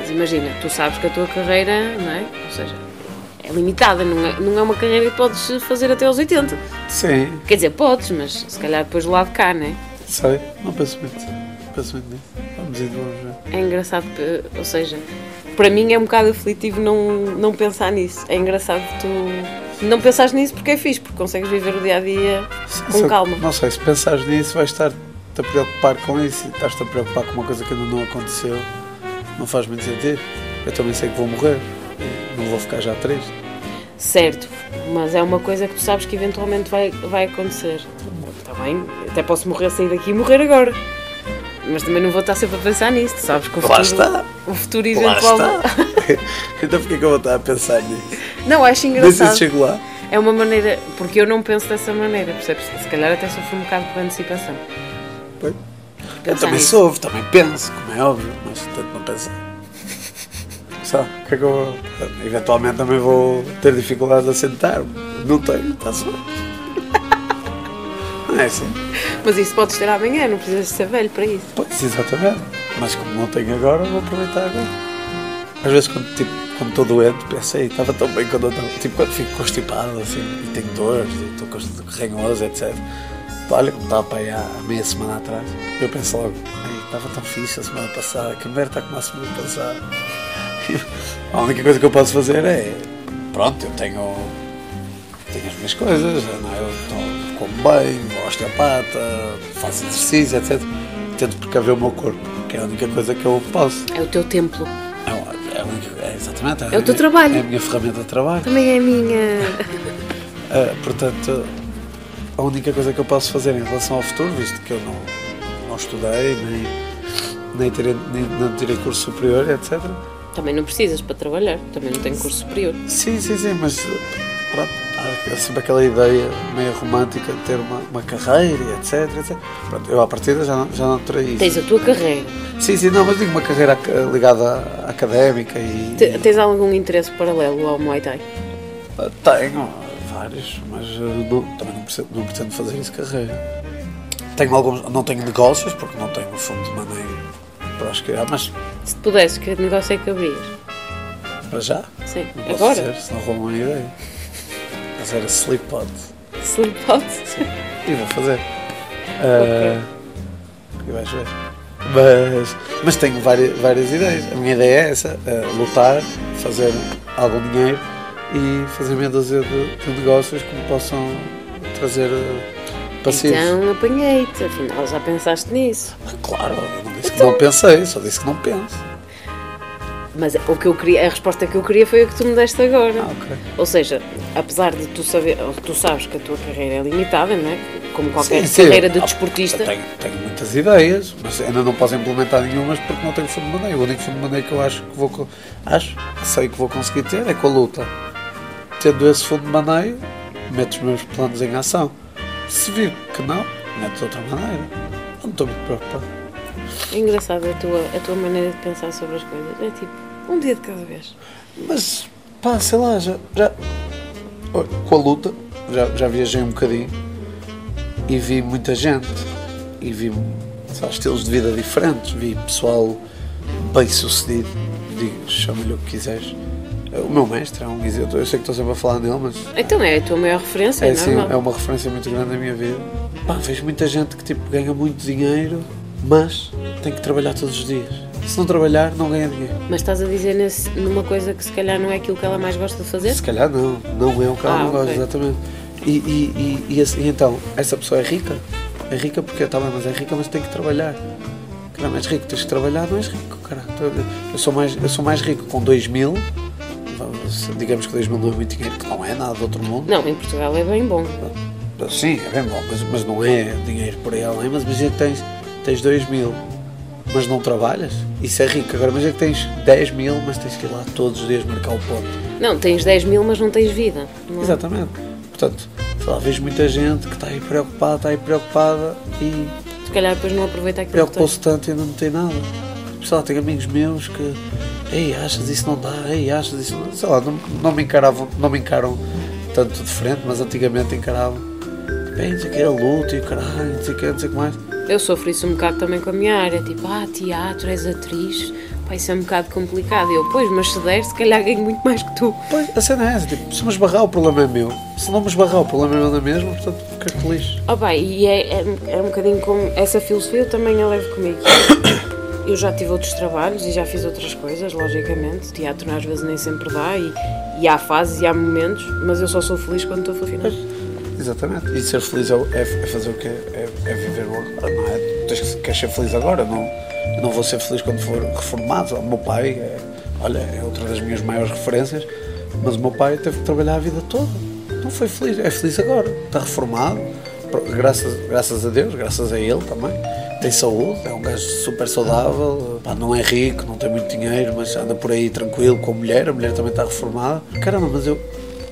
mas imagina, tu sabes que a tua carreira, não é? Ou seja, é limitada, não é, não é uma carreira que podes fazer até aos 80. Sim, Quer dizer, podes, mas se calhar depois do lado de cá, não é? sei, não penso muito, não penso muito nisso. Vamos indo, vamos ver. É engraçado, que- ou seja, para mim é um bocado aflitivo não, não pensar nisso. É engraçado que tu não pensares nisso porque é fixe, porque consegues viver o dia a dia com Só- calma. Não sei, se pensares nisso, vais estar -te a preocupar com isso e estás-te a preocupar com uma coisa que ainda não aconteceu. Não faz muito sentido. Eu também sei que vou morrer. e Não vou ficar já triste. Certo, mas é uma coisa que tu sabes que eventualmente vai, vai acontecer. Está bem, até posso morrer, sair daqui e morrer agora. Mas também não vou estar sempre a pensar nisso, tu sabes que o futuro, Lá está. O futuro Lá eventual. está. (laughs) então porquê que eu vou estar a pensar nisso? Não, acho Nem sei se engraçado. chego lá. É uma maneira, porque eu não penso dessa maneira, percebes? Se calhar até sofro um bocado por antecipação. Pois. Eu Pensar também nisso. soube, também penso, como é óbvio, mas tento não pensar. Só, o que é que eu vou. Eventualmente também vou ter dificuldade a sentar-me. Não tenho, está-se bem. (laughs) Não é assim? Mas isso podes ter amanhã, não precisas de ser velho para isso. Pois, exatamente. Mas como não tenho agora, vou aproveitar agora. Às vezes quando tipo, quando estou doente, pensei, estava tão bem quando eu estava. Tipo, quando fico constipado assim, e tenho dores, e estou const- ranhoso, etc. Olha, como estava para aí há há meia semana atrás, eu penso logo, "Ei, estava tão fixe a semana passada, que merda está como a semana passada. (laughs) A única coisa que eu posso fazer é, pronto, eu tenho, tenho as minhas coisas, não é? eu tô- como bem, vou ao osteopata, faço exercício, etc. Tento precaver o meu corpo, que é a única coisa que eu posso. É o teu templo. É, o- é o único- é exatamente. É o teu trabalho. É a minha ferramenta de trabalho. Também é a minha. Ah, portanto, a única coisa que eu posso fazer em relação ao futuro, visto que eu não, não estudei, nem, nem, tirei, nem não tirei curso superior, etc. (laughs) Também não precisas para trabalhar, também não tenho curso superior. Sim, sim, sim, mas pronto, há sempre aquela ideia meio romântica de ter uma, uma carreira, etc, etc. Pronto, eu à partida já não, já não terei isso. Tens a tua carreira. Sim, sim, não, mas digo uma carreira ac- ligada à, à académica e... Te- Tens algum interesse paralelo ao Muay Thai? Ah, Tenho vários, mas ah, não- também não pretendo, não pretendo fazer isso carreira. Tenho alguns, não tenho negócios, porque não tenho um fundo de maneio para os criar, mas Se pudesse, que negócio é que abrias? para já. Sim. Não posso Agora? dizer, senão roubam a ideia. Mas era Sleepod. Slipknot? E vou fazer. Ah, E vais ver. Mas, mas tenho várias, várias ideias. A minha ideia é essa: ah, lutar, fazer algum dinheiro e fazer meia dúzia de, de negócios que me possam trazer ah, passivos. Então apanhei-te, afinal já pensaste nisso. Ah, Claro, eu não disse que não pensei, só disse que não penso. Mas o que eu queria, a resposta que eu queria foi a que tu me deste agora. Ah, ok. Ou seja, apesar de tu saber, ou tu sabes que a tua carreira é limitada, não é? Como qualquer Sim, sim. carreira de Ah, desportista. eu Tenho, tenho muitas ideias, mas ainda não posso implementar nenhumas porque não tenho fundo de maneio. O único fundo de maneio que eu acho que vou co- acho que sei que vou conseguir ter é com a luta. Tendo esse fundo de maneio, meto os meus planos em ação. Se vir que não, meto de outra maneira. Não estou muito preocupado. É engraçado a tua, a tua maneira de pensar sobre as coisas. É tipo, um dia de cada vez. Mas, pá, sei lá, já. já- Olha, com a luta, já, já viajei um bocadinho e vi muita gente e vi sei lá, estilos de vida diferentes, vi pessoal bem sucedido, digo, chama-lhe o que quiseres. O meu mestre é um guisa, eu tô- eu sei que estou sempre a falar nele, mas Então é a tua maior referência, é, não é? assim, normal. é uma referência muito grande na minha vida. Pá, vejo muita gente que tipo, ganha muito dinheiro, mas tem que trabalhar todos os dias. se não trabalhar, não ganha dinheiro. Mas estás a dizer nesse- numa coisa que se calhar não é aquilo que ela mais gosta de fazer? Se calhar não, não é um carro Ah, que eu gosto, ok. exatamente. E, e, e, e assim, então, essa pessoa é rica? É rica porque está bem, mas é rica, mas tem que trabalhar. Caramba, és rico, tens que trabalhar, não és rico, caralho. Então, Eu sou mais, eu sou mais rico com 2 mil, digamos que 2 mil não é muito dinheiro, que não é nada do outro mundo. Não, em Portugal é bem bom. Sim, é bem bom, mas, mas não é dinheiro por aí além. Mas imagina que tens, tens 2 mil, mas não trabalhas. Isso é rico. Agora imagina que tens 10 mil, mas tens que ir lá todos os dias marcar o ponto. Não, tens 10 mil, mas não tens vida. não é? Exatamente. Portanto, sei lá, vejo muita gente que está aí preocupada, está aí preocupada e Se calhar depois não aproveita aquilo que tens. preocupou-se tanto e ainda não tem nada. Pessoal, tenho amigos meus que, ei, achas isso não dá, ei, achas isso não dá. Sei lá, não, não me encaravam, não me encaram tanto de frente, mas antigamente encaravam. Bem, não sei o que é luta e o caralho, não sei o que, não sei o que mais. Eu sofro isso um bocado também com a minha área. Tipo, ah, teatro, és atriz. Pá, isso é um bocado complicado. E Eu, pois, mas se der, se calhar ganho muito mais que tu. Pois, a cena é essa, tipo, se me esbarrar o problema é meu. Se não me esbarrar o problema é meu na mesma, portanto, fica feliz. Ah pá, e é, é, um- é um bocadinho como essa filosofia eu também a levo comigo. Eu já tive outros trabalhos e já fiz outras coisas, logicamente. O teatro às vezes nem sempre dá e, e há fases e há momentos, mas eu só sou feliz quando estou feliz. Exatamente. E ser feliz é, é- é fazer o que é, é viver o agora, não é? Tens que queres ser feliz agora, não, eu não vou ser feliz quando for reformado. O meu pai, é, olha, é outra das minhas maiores referências, mas o meu pai teve que trabalhar a vida toda. Não foi feliz, é feliz agora. Está reformado, pro- graças, graças a Deus, graças a ele também. Tem saúde, é um gajo super saudável, pá, não é rico, não tem muito dinheiro, mas anda por aí tranquilo com a mulher, a mulher também está reformada. Caramba, mas eu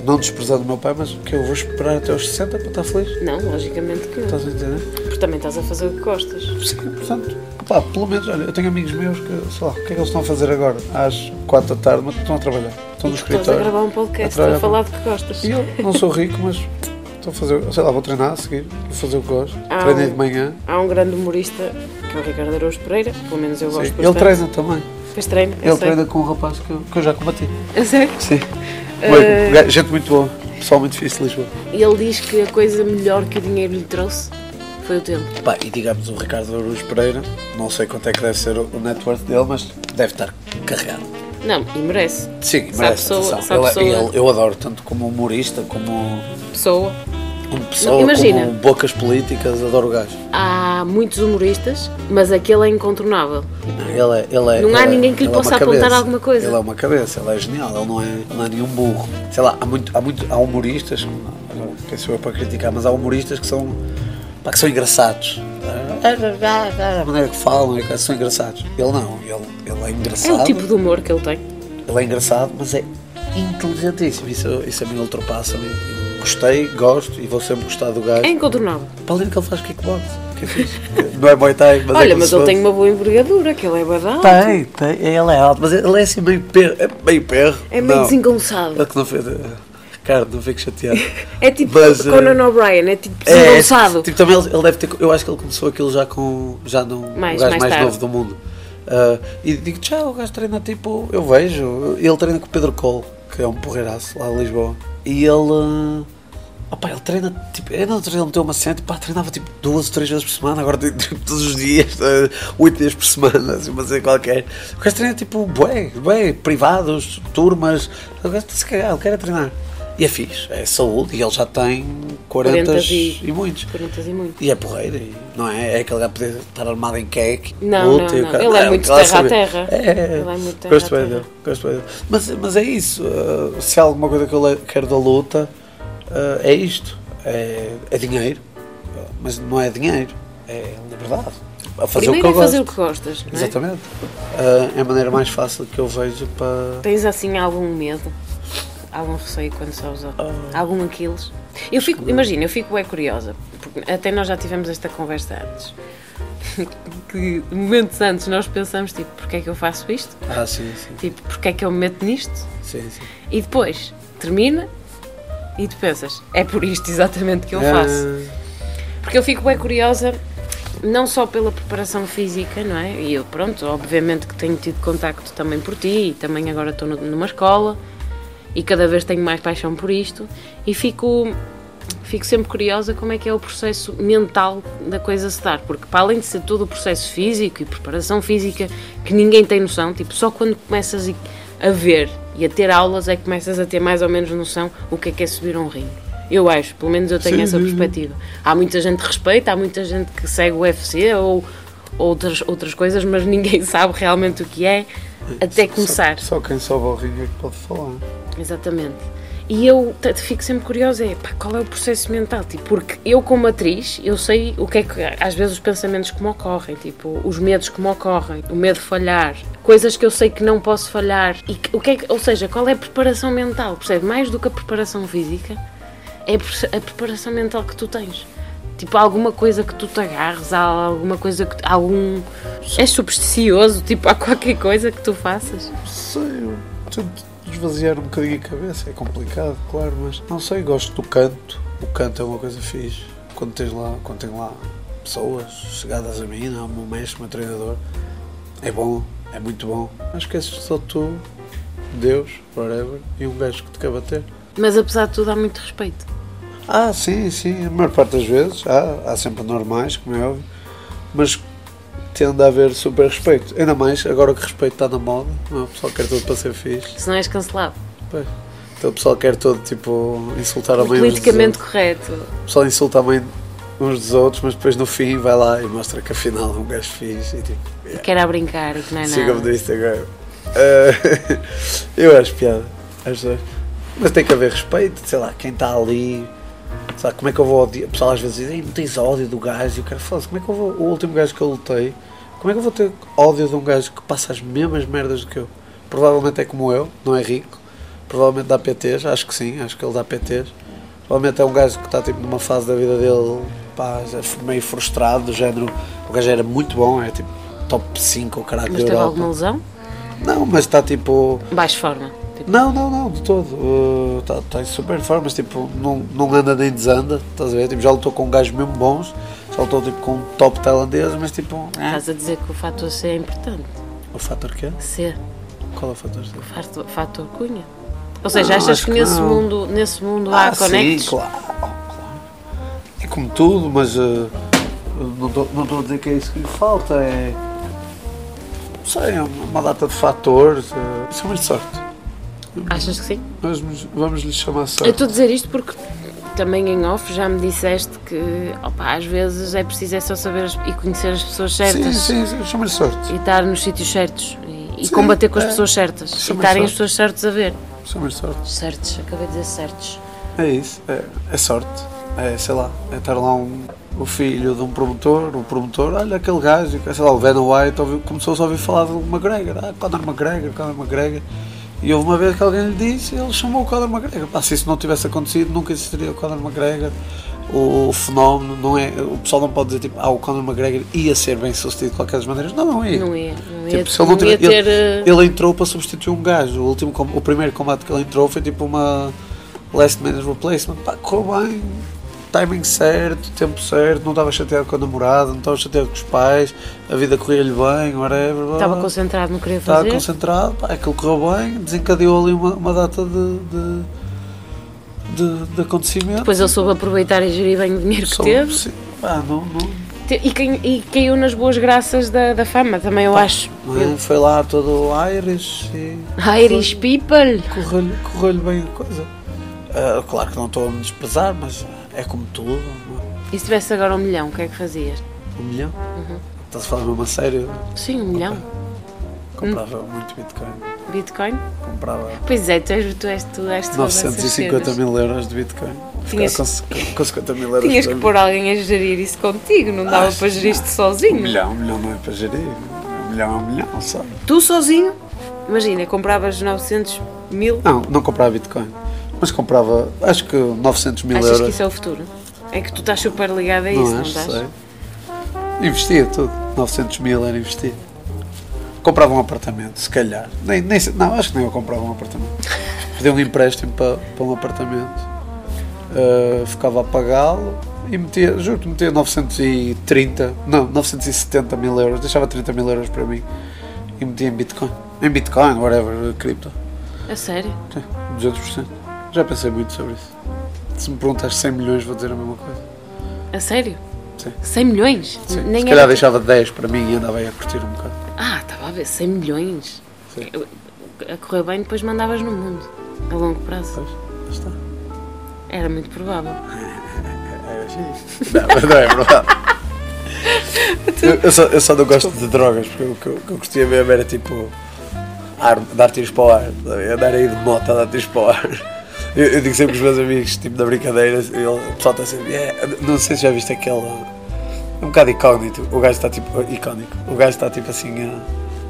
não desprezando o meu pai, mas que eu vou esperar até aos 60 para estar feliz. Não, logicamente que não. Estás a entender? Porque também estás a fazer o que gostas. Sim, portanto, pá, pelo menos, olha, eu tenho amigos meus que, sei lá, o que é que eles estão a fazer agora? Às 4 da tarde, mas estão a trabalhar. Estão Estás no a escritório. gravar um podcast, trabalhar a falar do que gostas. E eu não sou rico, mas estou a fazer, sei lá, vou treinar a seguir, vou fazer o que gosto. Ah, Treinei um- de manhã. Há um grande humorista, que é o Ricardo Araújo Pereira, pelo menos eu Sim. gosto bastante. Ele treina também. Pois treino, eu Ele sei. treina com um rapaz que eu, que eu já combati. A sério? Sim. Eh, Ué, Gente muito boa. Pessoal muito difícil de Lisboa. E ele diz que a coisa melhor que o dinheiro lhe trouxe foi o tempo. Pá, e digamos o Ricardo Aruz Pereira, não sei quanto é que deve ser o o net worth dele, mas deve estar carregado. Não, e merece. Sim, Se a merece pessoa- atenção. se a Ele- pessoa- ele- eu adoro, tanto como humorista, como, Pessoa. como pessoa, imagina. como bocas políticas, adoro o gajo. Há muitos humoristas, mas aquele é incontornável. Ele é, ele é, Não há ele é- ninguém que lhe ele é uma possa apontar cabeça. alguma coisa. Ele é uma cabeça, ele é genial, ele não é, ele não é nenhum burro. Sei lá, há, muito, há, muito, há humoristas, agora quem sou eu para criticar, mas há humoristas que são, pá, que são engraçados. A maneira que falam, é que são engraçados. Ele não, ele, ele é É engraçado. o tipo de humor que ele tem. Ele é engraçado, mas é inteligentíssimo. Isso, isso a mim ultrapassa-me. Gostei, gosto e vou sempre gostar do gajo. É incontornável. Para além do que ele faz kickbox. Que é fixe. (laughs) Não é Muay Thai, mas é Olha, como mas se ele fosse. tem uma boa envergadura, que ele é badal. Tem, tem. Ele é alto, mas ele é assim meio perro. É meio perro. É meio Não. desengonçado. É que não fez... Ricardo, não fico chateado. (laughs) É tipo Mas, eh, Conan O'Brien, é tipo É, desengonçado. tipo, também ele, ele deve ter. Eu acho que ele começou aquilo já com. Já num Mais- o gajo mais mais, tarde. novo do mundo. Ah, e digo, já, o gajo treina tipo. Eu vejo. Ele treina com o Pedro Cole, que é um porreiraço lá em Lisboa. E ele. ah, Opa, ele treina, tipo, eu não treino, ele meteu uma cena, pá, treinava tipo duas ou três vezes por semana, agora treino (laughs) tipo, todos os dias, eh, oito dias por semana, (laughs) assim, uma cena qualquer. O gajo treina tipo, bué, bué, privados, turmas, o gajo está-se a cagar, ele quer é treinar. E é fixe, é saúde, e ele já tem 40, 40 e- e, muitos. 40 e muito. E é porreiro, e não é? É aquele gajo poder estar armado em cake. Não, luta não, e o não. cara- Ele é um muito classe terra a B. terra. É, é, Ele é muito terra gosto a bem terra. dele, gosto bem dele. Mas, mas é isso, uh, se há alguma coisa que eu le- quero da luta, uh, é isto. É, é dinheiro, uh, mas não é dinheiro, é liberdade. A fazer Primeiro o é que eu fazer o gosto. que gostas, não é? Exatamente. Uh, é a maneira mais fácil que eu vejo para... Tens assim algum medo? Algum receio quando sabes Ah. a- algum Aquiles? Eu fico, imagina, eu fico bem curiosa, porque até nós já tivemos esta conversa (laughs) antes. que momentos antes nós pensamos tipo, porque é que eu faço isto? Ah, sim, sim, Tipo, porque é que eu me meto nisto? sim, sim. E depois termina e tu pensas, é por isto exatamente que eu É, faço. Eh, Porque eu fico bem curiosa, não só pela preparação física, não é? E eu, pronto, obviamente que tenho tido contacto também por ti e também agora estou nu- numa escola e cada vez tenho mais paixão por isto e fico fico sempre curiosa como é que é o processo mental da coisa se dar, porque para além de ser todo o processo físico e preparação física que ninguém tem noção, tipo, só quando começas a ver e a ter aulas é que começas a ter mais ou menos noção o que é que é subir um ringue. Eu acho, pelo menos eu tenho Sim, essa sim, sim. perspectiva. Há muita gente que respeita, há muita gente que segue o UFC ou outras, outras coisas, mas ninguém (laughs) sabe realmente o que é até começar. Só, só quem sobe ao ringue é que pode falar. Exatamente. E eu t- fico sempre curiosa, é pá, qual é o processo mental? Tipo, porque eu como atriz, eu sei o que é que, às vezes, os pensamentos que me ocorrem, tipo, os medos que me ocorrem, o medo de falhar, coisas que eu sei que não posso falhar, e que- o que é que, ou seja, qual é a preparação mental, percebe? Mais do que a preparação física, é a perce- a preparação mental que tu tens. Tipo, há alguma coisa que tu te agarres, há alguma coisa que, há algum... És supersticioso, tipo, há qualquer coisa que tu faças. Sei, eu tento esvaziar um bocadinho a cabeça, é complicado, claro, mas não sei, gosto do canto. O canto é uma coisa fixe. Quando tens lá, quando tem lá pessoas chegadas a mim, não, o meu mestre, o meu treinador, é bom, é muito bom. Mas esqueces só tu, Deus, whatever, e um gajo que te quer bater. Mas, apesar de tudo, há muito respeito. Ah, sim, sim, a maior parte das vezes, Ah, há, há sempre normais, como é óbvio, mas tende a haver super respeito. Ainda mais agora que respeito está na moda, não é? o pessoal quer tudo para ser fixe. Se não és cancelado. Pois. Então o pessoal quer todo tipo insultar a mãe uns dos Politicamente outros. correto. O pessoal insulta a mãe uns dos outros, mas depois no fim vai lá e mostra que afinal é um gajo fixe e tipo, yeah, Que era a brincar e que não é siga-me nada. no Instagram. Ah, (laughs) eu acho piada, acho piada. Mas tem que haver respeito, sei lá, quem está ali. Sabe, como é que eu vou odiar? O pessoal às vezes diz, "Ei, não tens ódio do gajo. E o cara fala, como é que eu vou. O último gajo que eu lutei, como é que eu vou ter ódio de um gajo que passa as mesmas merdas do que eu? Provavelmente é como eu, não é rico. Provavelmente dá PTs, acho que sim, acho que ele dá PTs. Provavelmente é um gajo que está tipo, numa fase da vida dele pá, já f- meio frustrado, do género. O gajo era muito bom, é tipo top 5 o caralho da Mas teve alguma Europa. lesão? Não, mas está tipo. Baixo forma. Tipo, Não, não, não, de todo. Está em super forma, mas tipo, não, não anda nem desanda, estás a ver? Tipo, já lutou com gajos mesmo bons, já lutou tipo, com um top tailandês, mas tipo. Estás a dizer que o fator C é importante. O fator quê? C, Qual é o fator? fator, fator cunha. Ou seja, Não, achas acho Ah, que Ah, que nesse não. mundo, nesse mundo há conectos? Ah, sim, claro, claro. É como tudo, mas eh, não tô- não estou a dizer que é isso que lhe falta, é. Não sei, é uma data de fatores. eh, isso é mais sorte. Achas que sim? Mas vamos- vamos lhe chamar Eu sorte. estou a dizer isto porque também em off já me disseste que opa, às vezes é preciso é só saber as- e conhecer as pessoas Sim, certas sim, sim, chama-lhe sorte. e estar nos sítios certos e, e Sim, combater com as é. pessoas certas e Chama-lhe estarem as sorte. pessoas certas a ver. Chama-lhe sorte. Certos, acabei de dizer certos. É isso, é, é sorte. É, sei lá, é estar lá um, o filho de um promotor, o promotor, olha aquele gajo, é, sei lá, o Vanna White ouviu- começou só a ouvir falar do McGregor, ah, Conor McGregor, Conor McGregor. E houve uma vez que alguém lhe disse, ele chamou o Conor McGregor. Pá, se isso não tivesse acontecido, nunca existiria o Conor McGregor. O, o fenómeno, não é, o pessoal não pode dizer tipo, ah, o Conor McGregor ia ser bem sucedido de qualquer das maneiras. Não, não ia. Não ia, não ia, Tipo, se ele não não ia tiver- ter. eh, ele, ele entrou para substituir um gajo. O, último, com- o primeiro combate que ele entrou foi tipo uma last minute replacement. Pá, correu bem, timing certo, tempo certo. Não estava chateado com a namorada, não estava chateado com os pais, a vida corria-lhe bem, whatever. blá, Estava blá. concentrado, não queria Estava fazer. concentrado, pá, aquilo correu bem, desencadeou ali uma, uma data de, de, de, de acontecimento. Depois ele soube aproveitar e gerir bem o dinheiro que Só- teve. sim, pá, não- não, Te- E, cai- e caiu nas boas graças da, da fama, também eu acho. não é? Foi lá todo Irish e. Irish people! correu-lhe correu-lhe bem a coisa. Ah, claro que não estou a me desprezar, mas é como tudo. não é? E se tivesse agora um milhão, o que é que fazias? Um milhão? Uhum. Estás a falar mesmo a sério? Sim, um milhão. Comprava Hum. muito Bitcoin. Bitcoin? Comprava Pois é, tu és tu és, tu és todas essas 950 cenas. mil euros de Bitcoin. Ficava Tinhas- com, c- com 50 mil euros Tinhas para que mim. pôr alguém a gerir isso contigo, não dava Ah, para gerir isto sozinho. Um milhão, um milhão não é para gerir. Um milhão é um milhão, sabe? Tu sozinho? Imagina, compravas 900 mil. Não, não comprava Bitcoin. Mas comprava, acho que 900 mil Achas euros. que isso é o futuro? É que tu estás super ligado a isso, Não não, acho, estás? sei. Investia tudo. 900 mil era investir. Comprava um apartamento, se calhar. Nem, nem, sei- não, acho que nem eu comprava um apartamento. Pedia um empréstimo para, para um apartamento. Ah, ficava a pagá-lo e metia, juro, metia 930, não, 970 mil euros. Deixava 30 mil euros para mim e metia em Bitcoin. Em Bitcoin, whatever, cripto. A É sério? Sim, 200%. Já pensei muito sobre isso. Se me perguntas 100 milhões, vou dizer a mesma coisa. A É sério? Sim. 100 milhões? Sim. Nem Se era- calhar deixava 10 para mim e andava aí a curtir um bocado. Ah, estava a ver, 100 milhões. Sim. Eu- A correr bem, depois mandavas no mundo. A longo prazo. Pois, lá está. Era muito provável. Não, mas não é (laughs) verdade. Eu, eu só, eu só não gosto de drogas, porque o que eu, o que eu curtia mesmo era tipo ar- dar tiros para o ar, sabe? andar aí de moto a dar tiros para o ar. Eu, eu digo sempre aos meus amigos, tipo na brincadeira, ele- o pessoal está sempre. "Yeah", não sei se já viste aquele. É um bocado icónico. O gajo está tipo. icónico. O gajo está tipo assim. ah,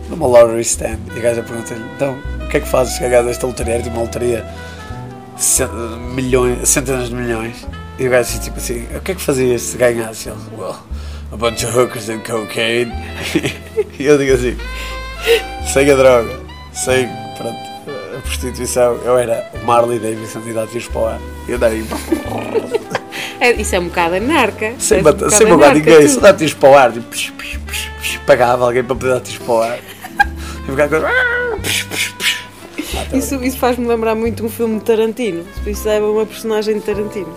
numa lottery stand e a gaja pergunta-lhe: então, o que é que fazes se ganhar desta loteria? Era tipo uma loteria ce- milhões, centenas de milhões. E o gajo disse tipo assim, o que é que fazias se ganhasse? Ele, well, a bunch of hookers and cocaine. (laughs) e eu digo assim, sem a droga, sem pronto, a prostituição, eu era o Marley Davidson e dá tiros para o ar. E eu daí, É, isso é um bocado anarca. Parece um sem matar, bocado sem matar anarca, ninguém, tu. só dá tiros para o ar. Tipo, psh, psh, psh, psh, pagava alguém para poder dar tiros para o ar. E o gajo, "Ah, psh, psh, psh." Isso, isso faz-me lembrar muito um filme de Tarantino. Isso é uma personagem de Tarantino.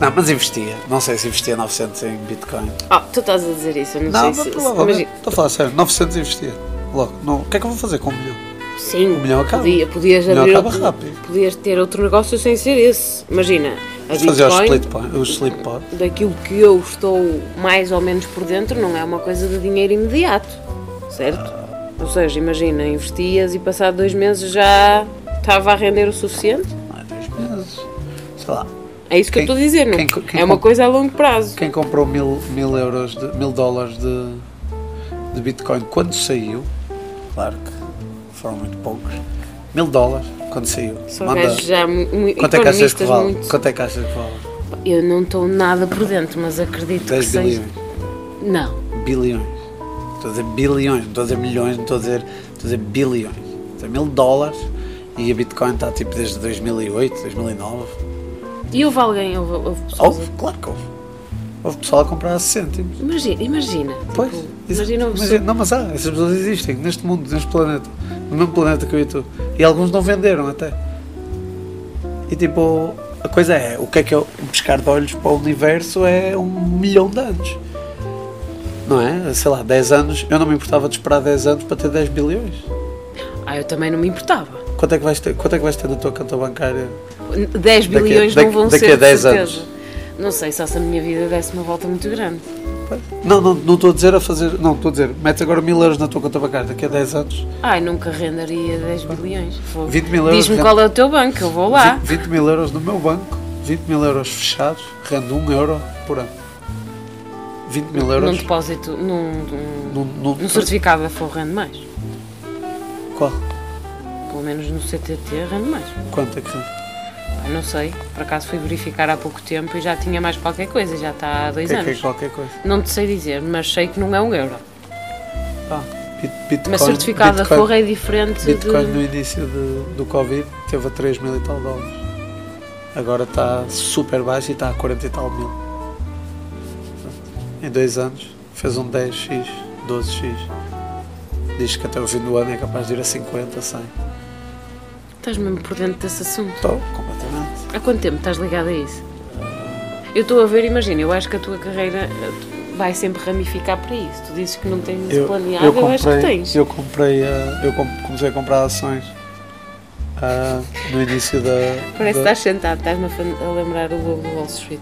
Não, mas investia. Não sei se investia 900 em Bitcoin. Ah, tu estás a dizer isso, eu não, Não, sei se- mas se. provavelmente. imagina- Estou a falar sério, 900 investia. Logo, não. o que é que eu vou fazer com um milhão? Sim, O milhão acaba. podia- podias O milhão abrir acaba outro, rápido. Podias ter outro negócio sem ser esse. Imagina, a Fazer os Bitcoin, split pot. Os sleep pot. daquilo que eu estou mais ou menos por dentro, não é uma coisa de dinheiro imediato, certo? Ah. Ou seja, imagina, investias e passado dois meses já estava a render o suficiente. Não é 3 meses. Sei lá. É isso que Quem- eu estou a dizer, não? quem co- quem é uma com- coisa a longo prazo. Quem comprou mil, mil euros, de, mil dólares de, de Bitcoin quando saiu, claro que foram muito poucos, mil dólares quando saiu. São gajos já mu- mu- Quanto é que achas que economistas vale? muito. Quanto é que achas que vale? Eu não estou nada por dentro, mas acredito que 10 seja. bilhões. Não. Bilhões. Estou a dizer bilhões, não estou a dizer milhões, não estou a dizer, estou a dizer bilhões. Estou a dizer mil dólares e a Bitcoin está tipo desde 2008, 2009. E houve alguém, houve, houve Oh. pessoas. Houve, claro que houve. Houve pessoal a comprar a 60 cêntimos. Imagina, imagina. Pois, tipo, isso- imagina uma mas- pessoa. Não, mas há, essas pessoas existem neste mundo, neste planeta, no mesmo planeta que eu e tu. E alguns não venderam até. E tipo, a coisa é, o que é que é o- um pescar de olhos para o universo é um milhão de anos. Não é? Sei lá, 10 anos, eu não me importava de esperar 10 anos para ter 10 bilhões. Ah, eu também não me importava. Quanto é que vais ter, quanto é que vais ter na tua conta bancária? 10 Daqui a- bilhões daqui- não vão daqui ser, a 10 de certeza. Não sei, só se a minha vida desse uma volta muito grande. Pois. Não, não não estou a dizer a fazer, não, estou a dizer, metes agora mil euros na tua conta bancária daqui a 10 anos, Ai, nunca renderia 10 bilhões. Fogo. 20 mil euros Diz-me rende- qual é o teu banco, eu vou lá. 20, mil euros no meu banco, 20 mil euros fechados, rende 1 euro por ano. 20 mil Num euros depósito, num, num, num, num- num certificado da Forro rende mais. Qual? Pelo menos no CTT rende mais. Quanto é que rende? Pá, Não sei, por acaso fui verificar há pouco tempo e já tinha mais qualquer coisa, já está há dois Que é, que é anos. qualquer coisa. Não te sei dizer, mas sei que não é um euro. Ah, bit, Bitcoin, Mas certificado da Bitcoin- Forra é diferente Bitcoin de. no início de- do Covid teve a 3 mil e tal dólares. Agora está super baixo e está a 40 e tal mil. Em dois anos fez um 10x, 12x. Diz que até o fim do ano é capaz de ir a 50, 100. Estás mesmo por dentro desse assunto. Estou completamente. Há quanto tempo estás ligada a isso? Eu estou a ver, imagina, eu acho que a tua carreira eh, vai sempre ramificar para isso. Tu dizes que não tens isso planeado, eu, acho que tens. Eu comprei, eh, eu com- comecei a comprar ações ah, no início da. Parece que da... estás sentado, estás-me a, fa- a lembrar o lobo do Wall Street.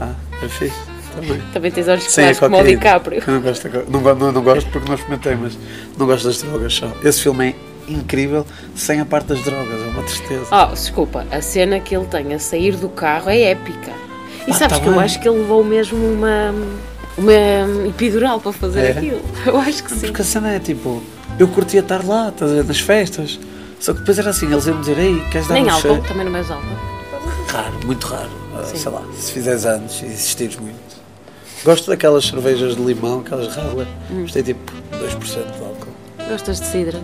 Ah, é fixe. Também. Também tens olhos Sim, é claros como o qualquer- DiCaprio. Eu não gosto, da co- não, go- não, não gosto porque não experimentei, mas não gosto das drogas só. Esse filme é incrível sem a parte das drogas, é uma tristeza. Oh, desculpa, a cena que ele tem a sair do carro é épica. E Ah, sabes tá que eu bem. acho que ele levou mesmo uma, uma epidural para fazer É? aquilo. (laughs) Eu acho que sim. Porque a cena é tipo, eu curtia estar lá, estás a ver, nas festas. Só que depois era assim, eles iam dizer, ei, queres dar Nem um álcool, cheiro? também não bebes álcool. Raro, muito raro. Ah, sei lá, se fizeres anos e existires muito. Gosto daquelas cervejas de limão, aquelas Radler, mas tem tipo 2% de álcool. Gostas de cidras?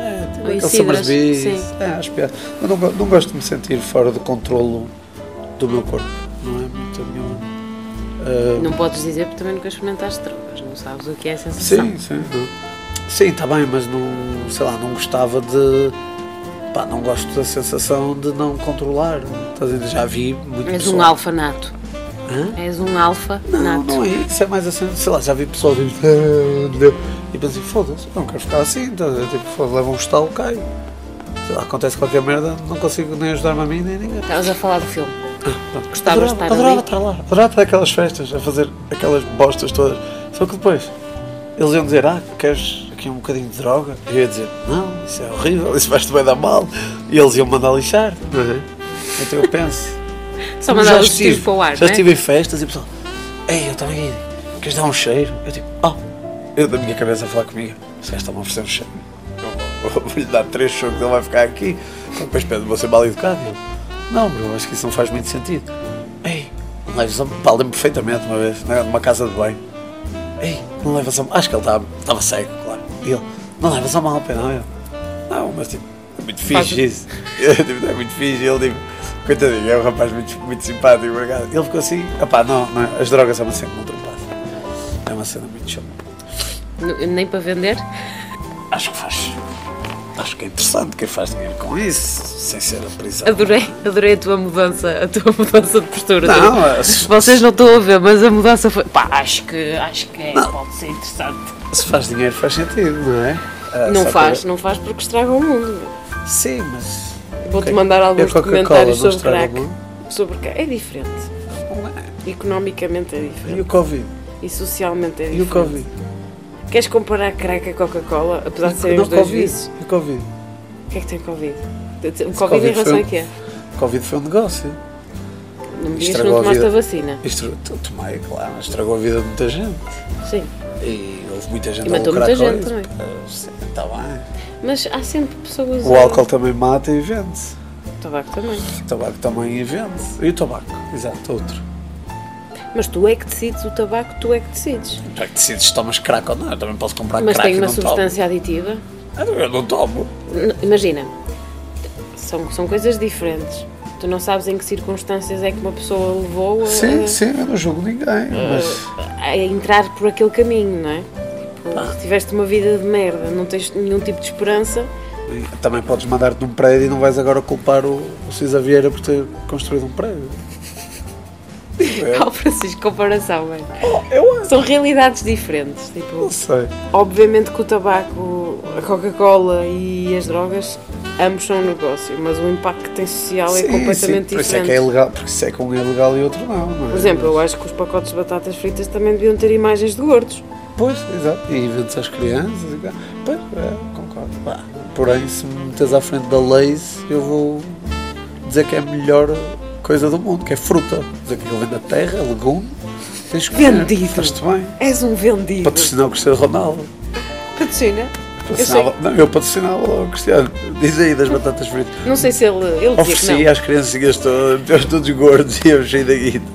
É, tipo Ou em aquele cidras, Somerbees. sim. É, acho piada. Mas não, go- não gosto de me sentir fora do controlo do meu corpo. Não é muito a minha. Ah, Não podes dizer porque também nunca experimentaste drogas, não sabes o que é a sensação. tá sim, sim. não. Sim, está bem, mas não, sei lá, não gostava de Pá, não gosto da sensação de não controlar. Estás a dizer, já vi muito És pessoal. um alfa nato. Hã? És um alfa Não, nato. não é isso, é mais assim, sei lá, já vi pessoas a dizer, "Ah, não", e pensei, foda-se, eu não quero ficar assim, então, eu, tipo, foda, leva um estalo, cai. Sei lá, acontece qualquer merda, não consigo nem ajudar-me a mim nem a ninguém. Estavas a falar do filme. Pronto. Tá, Gostavas de adorava, estar adorava ali? estar lá, adorava estar naquelas festas, a fazer aquelas bostas todas. Só que depois eles iam dizer, ah, queres aqui um bocadinho de droga? E eu ia dizer, não, isso é horrível, (laughs) isso vais-te bem dar mal. E eles iam mandar lixar. Uhum. Então eu penso, Só Ah, mas mandar os tiros para o ar, já não é? estive em festas e o pessoal, ei, eu também, queres dar um cheiro? Eu tipo, oh, eu da minha cabeça a falar comigo, se esta me oferecer um cheiro, eu vou- (laughs) vou-lhe dar três chocos, ele vai ficar aqui, Então depois pede, vou ser mal educado. Eu, não, eu acho que isso não faz muito sentido. Ei, não leves a pá, lembro perfeitamente uma vez, na- numa casa de banho, ei, não levas a mal, acho que ele estava, estava cego, claro, e ele, não levas a mal, não, eu, não, mas tipo, é muito Faz- fixe isso. (laughs) Eu, tipo, é muito fixe. Ele, tipo, coitadinho, é um rapaz muito, muito simpático, obrigado. Ele ficou assim, opá, não, não, é- as drogas é uma cena muito passa. É uma cena muito chata. N- Nem para vender. Acho que faz. Acho que é interessante quem faz dinheiro com isso, sem ser a prisão. Adorei, adorei a tua mudança, a tua (laughs) mudança de postura. Não, é- se, Vocês não estão a ver, mas a mudança foi. Pá, acho que, acho que é, pode ser interessante. se faz dinheiro faz sentido, não é? Ah, Não só que- faz. Não faz porque estraga o mundo. Sim, mas. Vou-te Ok. mandar E a alguns Coca-Cola documentários não sobre estraga crack. o mundo? Sobre crack. É diferente. Economicamente é E o diferente. Covid? E socialmente é E o diferente. Covid? Queres comparar crack a Coca-Cola, apesar de serem Não, os dois Covid. vícios? E o Covid? O que é que tem Covid? O Covid, Covid em relação foi- um- a quê? Covid foi um negócio. Não me digas que Estragou não a tomaste vida. a vacina. Isto, tomei, claro, mas estragou a vida de muita gente. Sim. E houve muita gente E a matou lucrar muita com gente isso. também. Ah, sim, Está bem. Mas há sempre pessoas. O álcool também mata e vende. O tabaco também. O tabaco também e vende. E o tabaco? Exato, outro. Mas tu é que decides o tabaco, tu é que decides. Já que decides se tomas crack ou não, eu também posso comprar Mas crack tem e uma não tomo. substância aditiva. Ah, Eu não tomo. N- Imagina, São, são coisas diferentes. Tu não sabes em que circunstâncias é que uma pessoa levou a, Sim, sim, eu não julgo ninguém. Ah, Mas a entrar por aquele caminho, não é? Tipo, se tiveste uma vida de merda, não tens nenhum tipo de esperança, também podes mandar-te num prédio e não vais agora culpar o, o Cisa Vieira por ter construído um prédio. Digo eu. Ó Francisco, comparação, mano. Oh, Eu acho. São realidades diferentes. Tipo, Não sei. obviamente que o tabaco, a Coca-Cola e as drogas, ambos são um negócio, mas o impacto que tem social é Sim, sim. completamente Por isso é diferente. que é ilegal, porque isso é que um é legal e outro não. não é? Por exemplo, eu acho que os pacotes de batatas fritas também deviam ter imagens de gordos. Pois, exato. E vendes às crianças. e cá. Pois, é, concordo. Pá, Porém, se me metes à frente da Lays, eu vou dizer que é a melhor coisa do mundo, que é fruta. Dizer que ele vem da terra, legume. Tens que comer. Vendido. Estás-te bem. És um vendido. Patrocinar o Cristiano Ronaldo. Patrocina. Eu, sei, Patrocinava, não, eu patrocinava logo o Cristiano. Diz aí das batatas fritas. não sei se ele, ele dizia que não. Oferecia às criancinhas todas, meus todos gordos e eu cheio (laughs) da guita.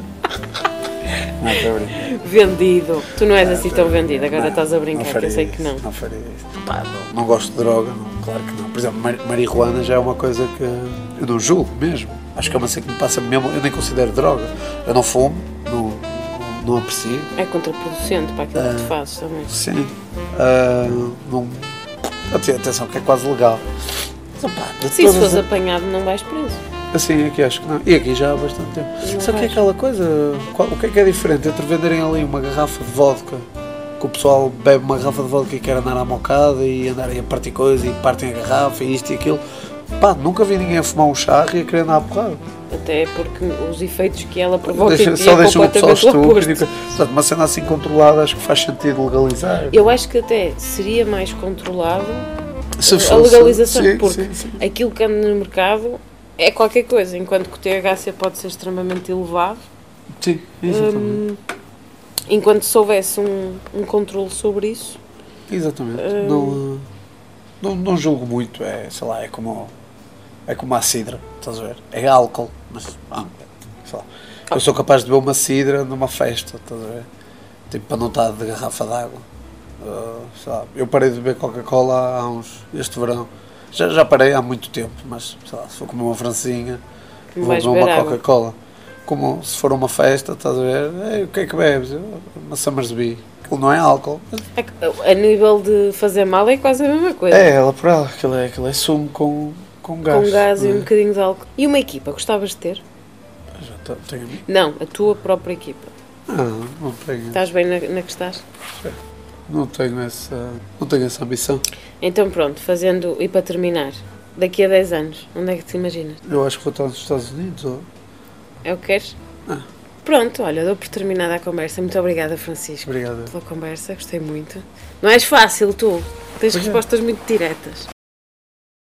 Não, estou a brincar. Vendido. Tu não és assim tão vendido, agora Ah, Não, estás a não brincar, que faria eu sei isso, que não. Não faria isso. Pá, não, não gosto de droga, não, claro que não. Por exemplo, mar- marihuana já é uma coisa que eu não julgo mesmo. Acho que é uma cena que me passa mesmo, eu nem considero droga. Eu não fumo, não, não- não aprecio. É contraproducente para aquilo Ah. que tu fazes também. Sim. Ah, não. Até- Atenção, que é quase legal. Então, pá, de Se isso todas fores as- apanhado, não vais preso. Assim, aqui acho que não. E aqui já há bastante tempo. Só que é vais. aquela coisa. qual- o que é que é diferente entre venderem ali uma garrafa de vodka, que o pessoal bebe uma garrafa de vodka e quer andar à mocada e andarem a partir coisa e partem a garrafa e isto e aquilo. Pá, nunca vi ninguém a fumar um charro e a querer andar à porrada. Até porque os efeitos que ela provoca em Deixa- ti só é deixam o completamente pessoal o estúpido. e oposto. coisa. Portanto, uma cena assim controlada acho que faz sentido legalizar. Eu acho que até seria mais controlado Se a fosse- legalização, sim, porque sim, sim. aquilo que anda no mercado é qualquer coisa, enquanto que o THC pode ser extremamente elevado. Sim, exatamente. Enquanto se houvesse um, um controle sobre isso, Exatamente. Não, eh, não, não julgo muito, é, sei lá, é como, é como a cidra, estás a ver? É álcool, mas ah, sei lá. Eu sou capaz de beber uma cidra numa festa, estás a ver? Tipo, para não estar de garrafa d'água. Ah, sei lá, eu parei de beber Coca-Cola há uns, este verão. Já, já parei há muito tempo, mas sei lá, se for comer uma francinha, vou vais beber beber uma água. Coca-Cola. Como se for uma festa, estás a ver? "Ei, o que é que bebes? "Eu, Uma Summersby. Aquilo não é álcool, mas é que a nível de fazer mal é quase a mesma coisa. é, ela por ela, aquilo é, aquilo é sumo com, com gás. com gás e não um é? bocadinho de álcool. E uma equipa, gostavas de ter? Já tá- tenho- Não, a tua própria equipa. Não, não tenho. Estás bem na, na que estás? Não tenho essa. Não tenho essa ambição. Então pronto, fazendo e para terminar, daqui a 10 anos, onde é que te imaginas? Eu acho que vou estar nos Estados Unidos. Ou... É o que queres? Ah. Pronto, olha, dou por terminada a conversa. Muito obrigada, Francisco, Obrigado. pela conversa, gostei muito. Não és fácil, tu. Tens Pois é. respostas muito diretas.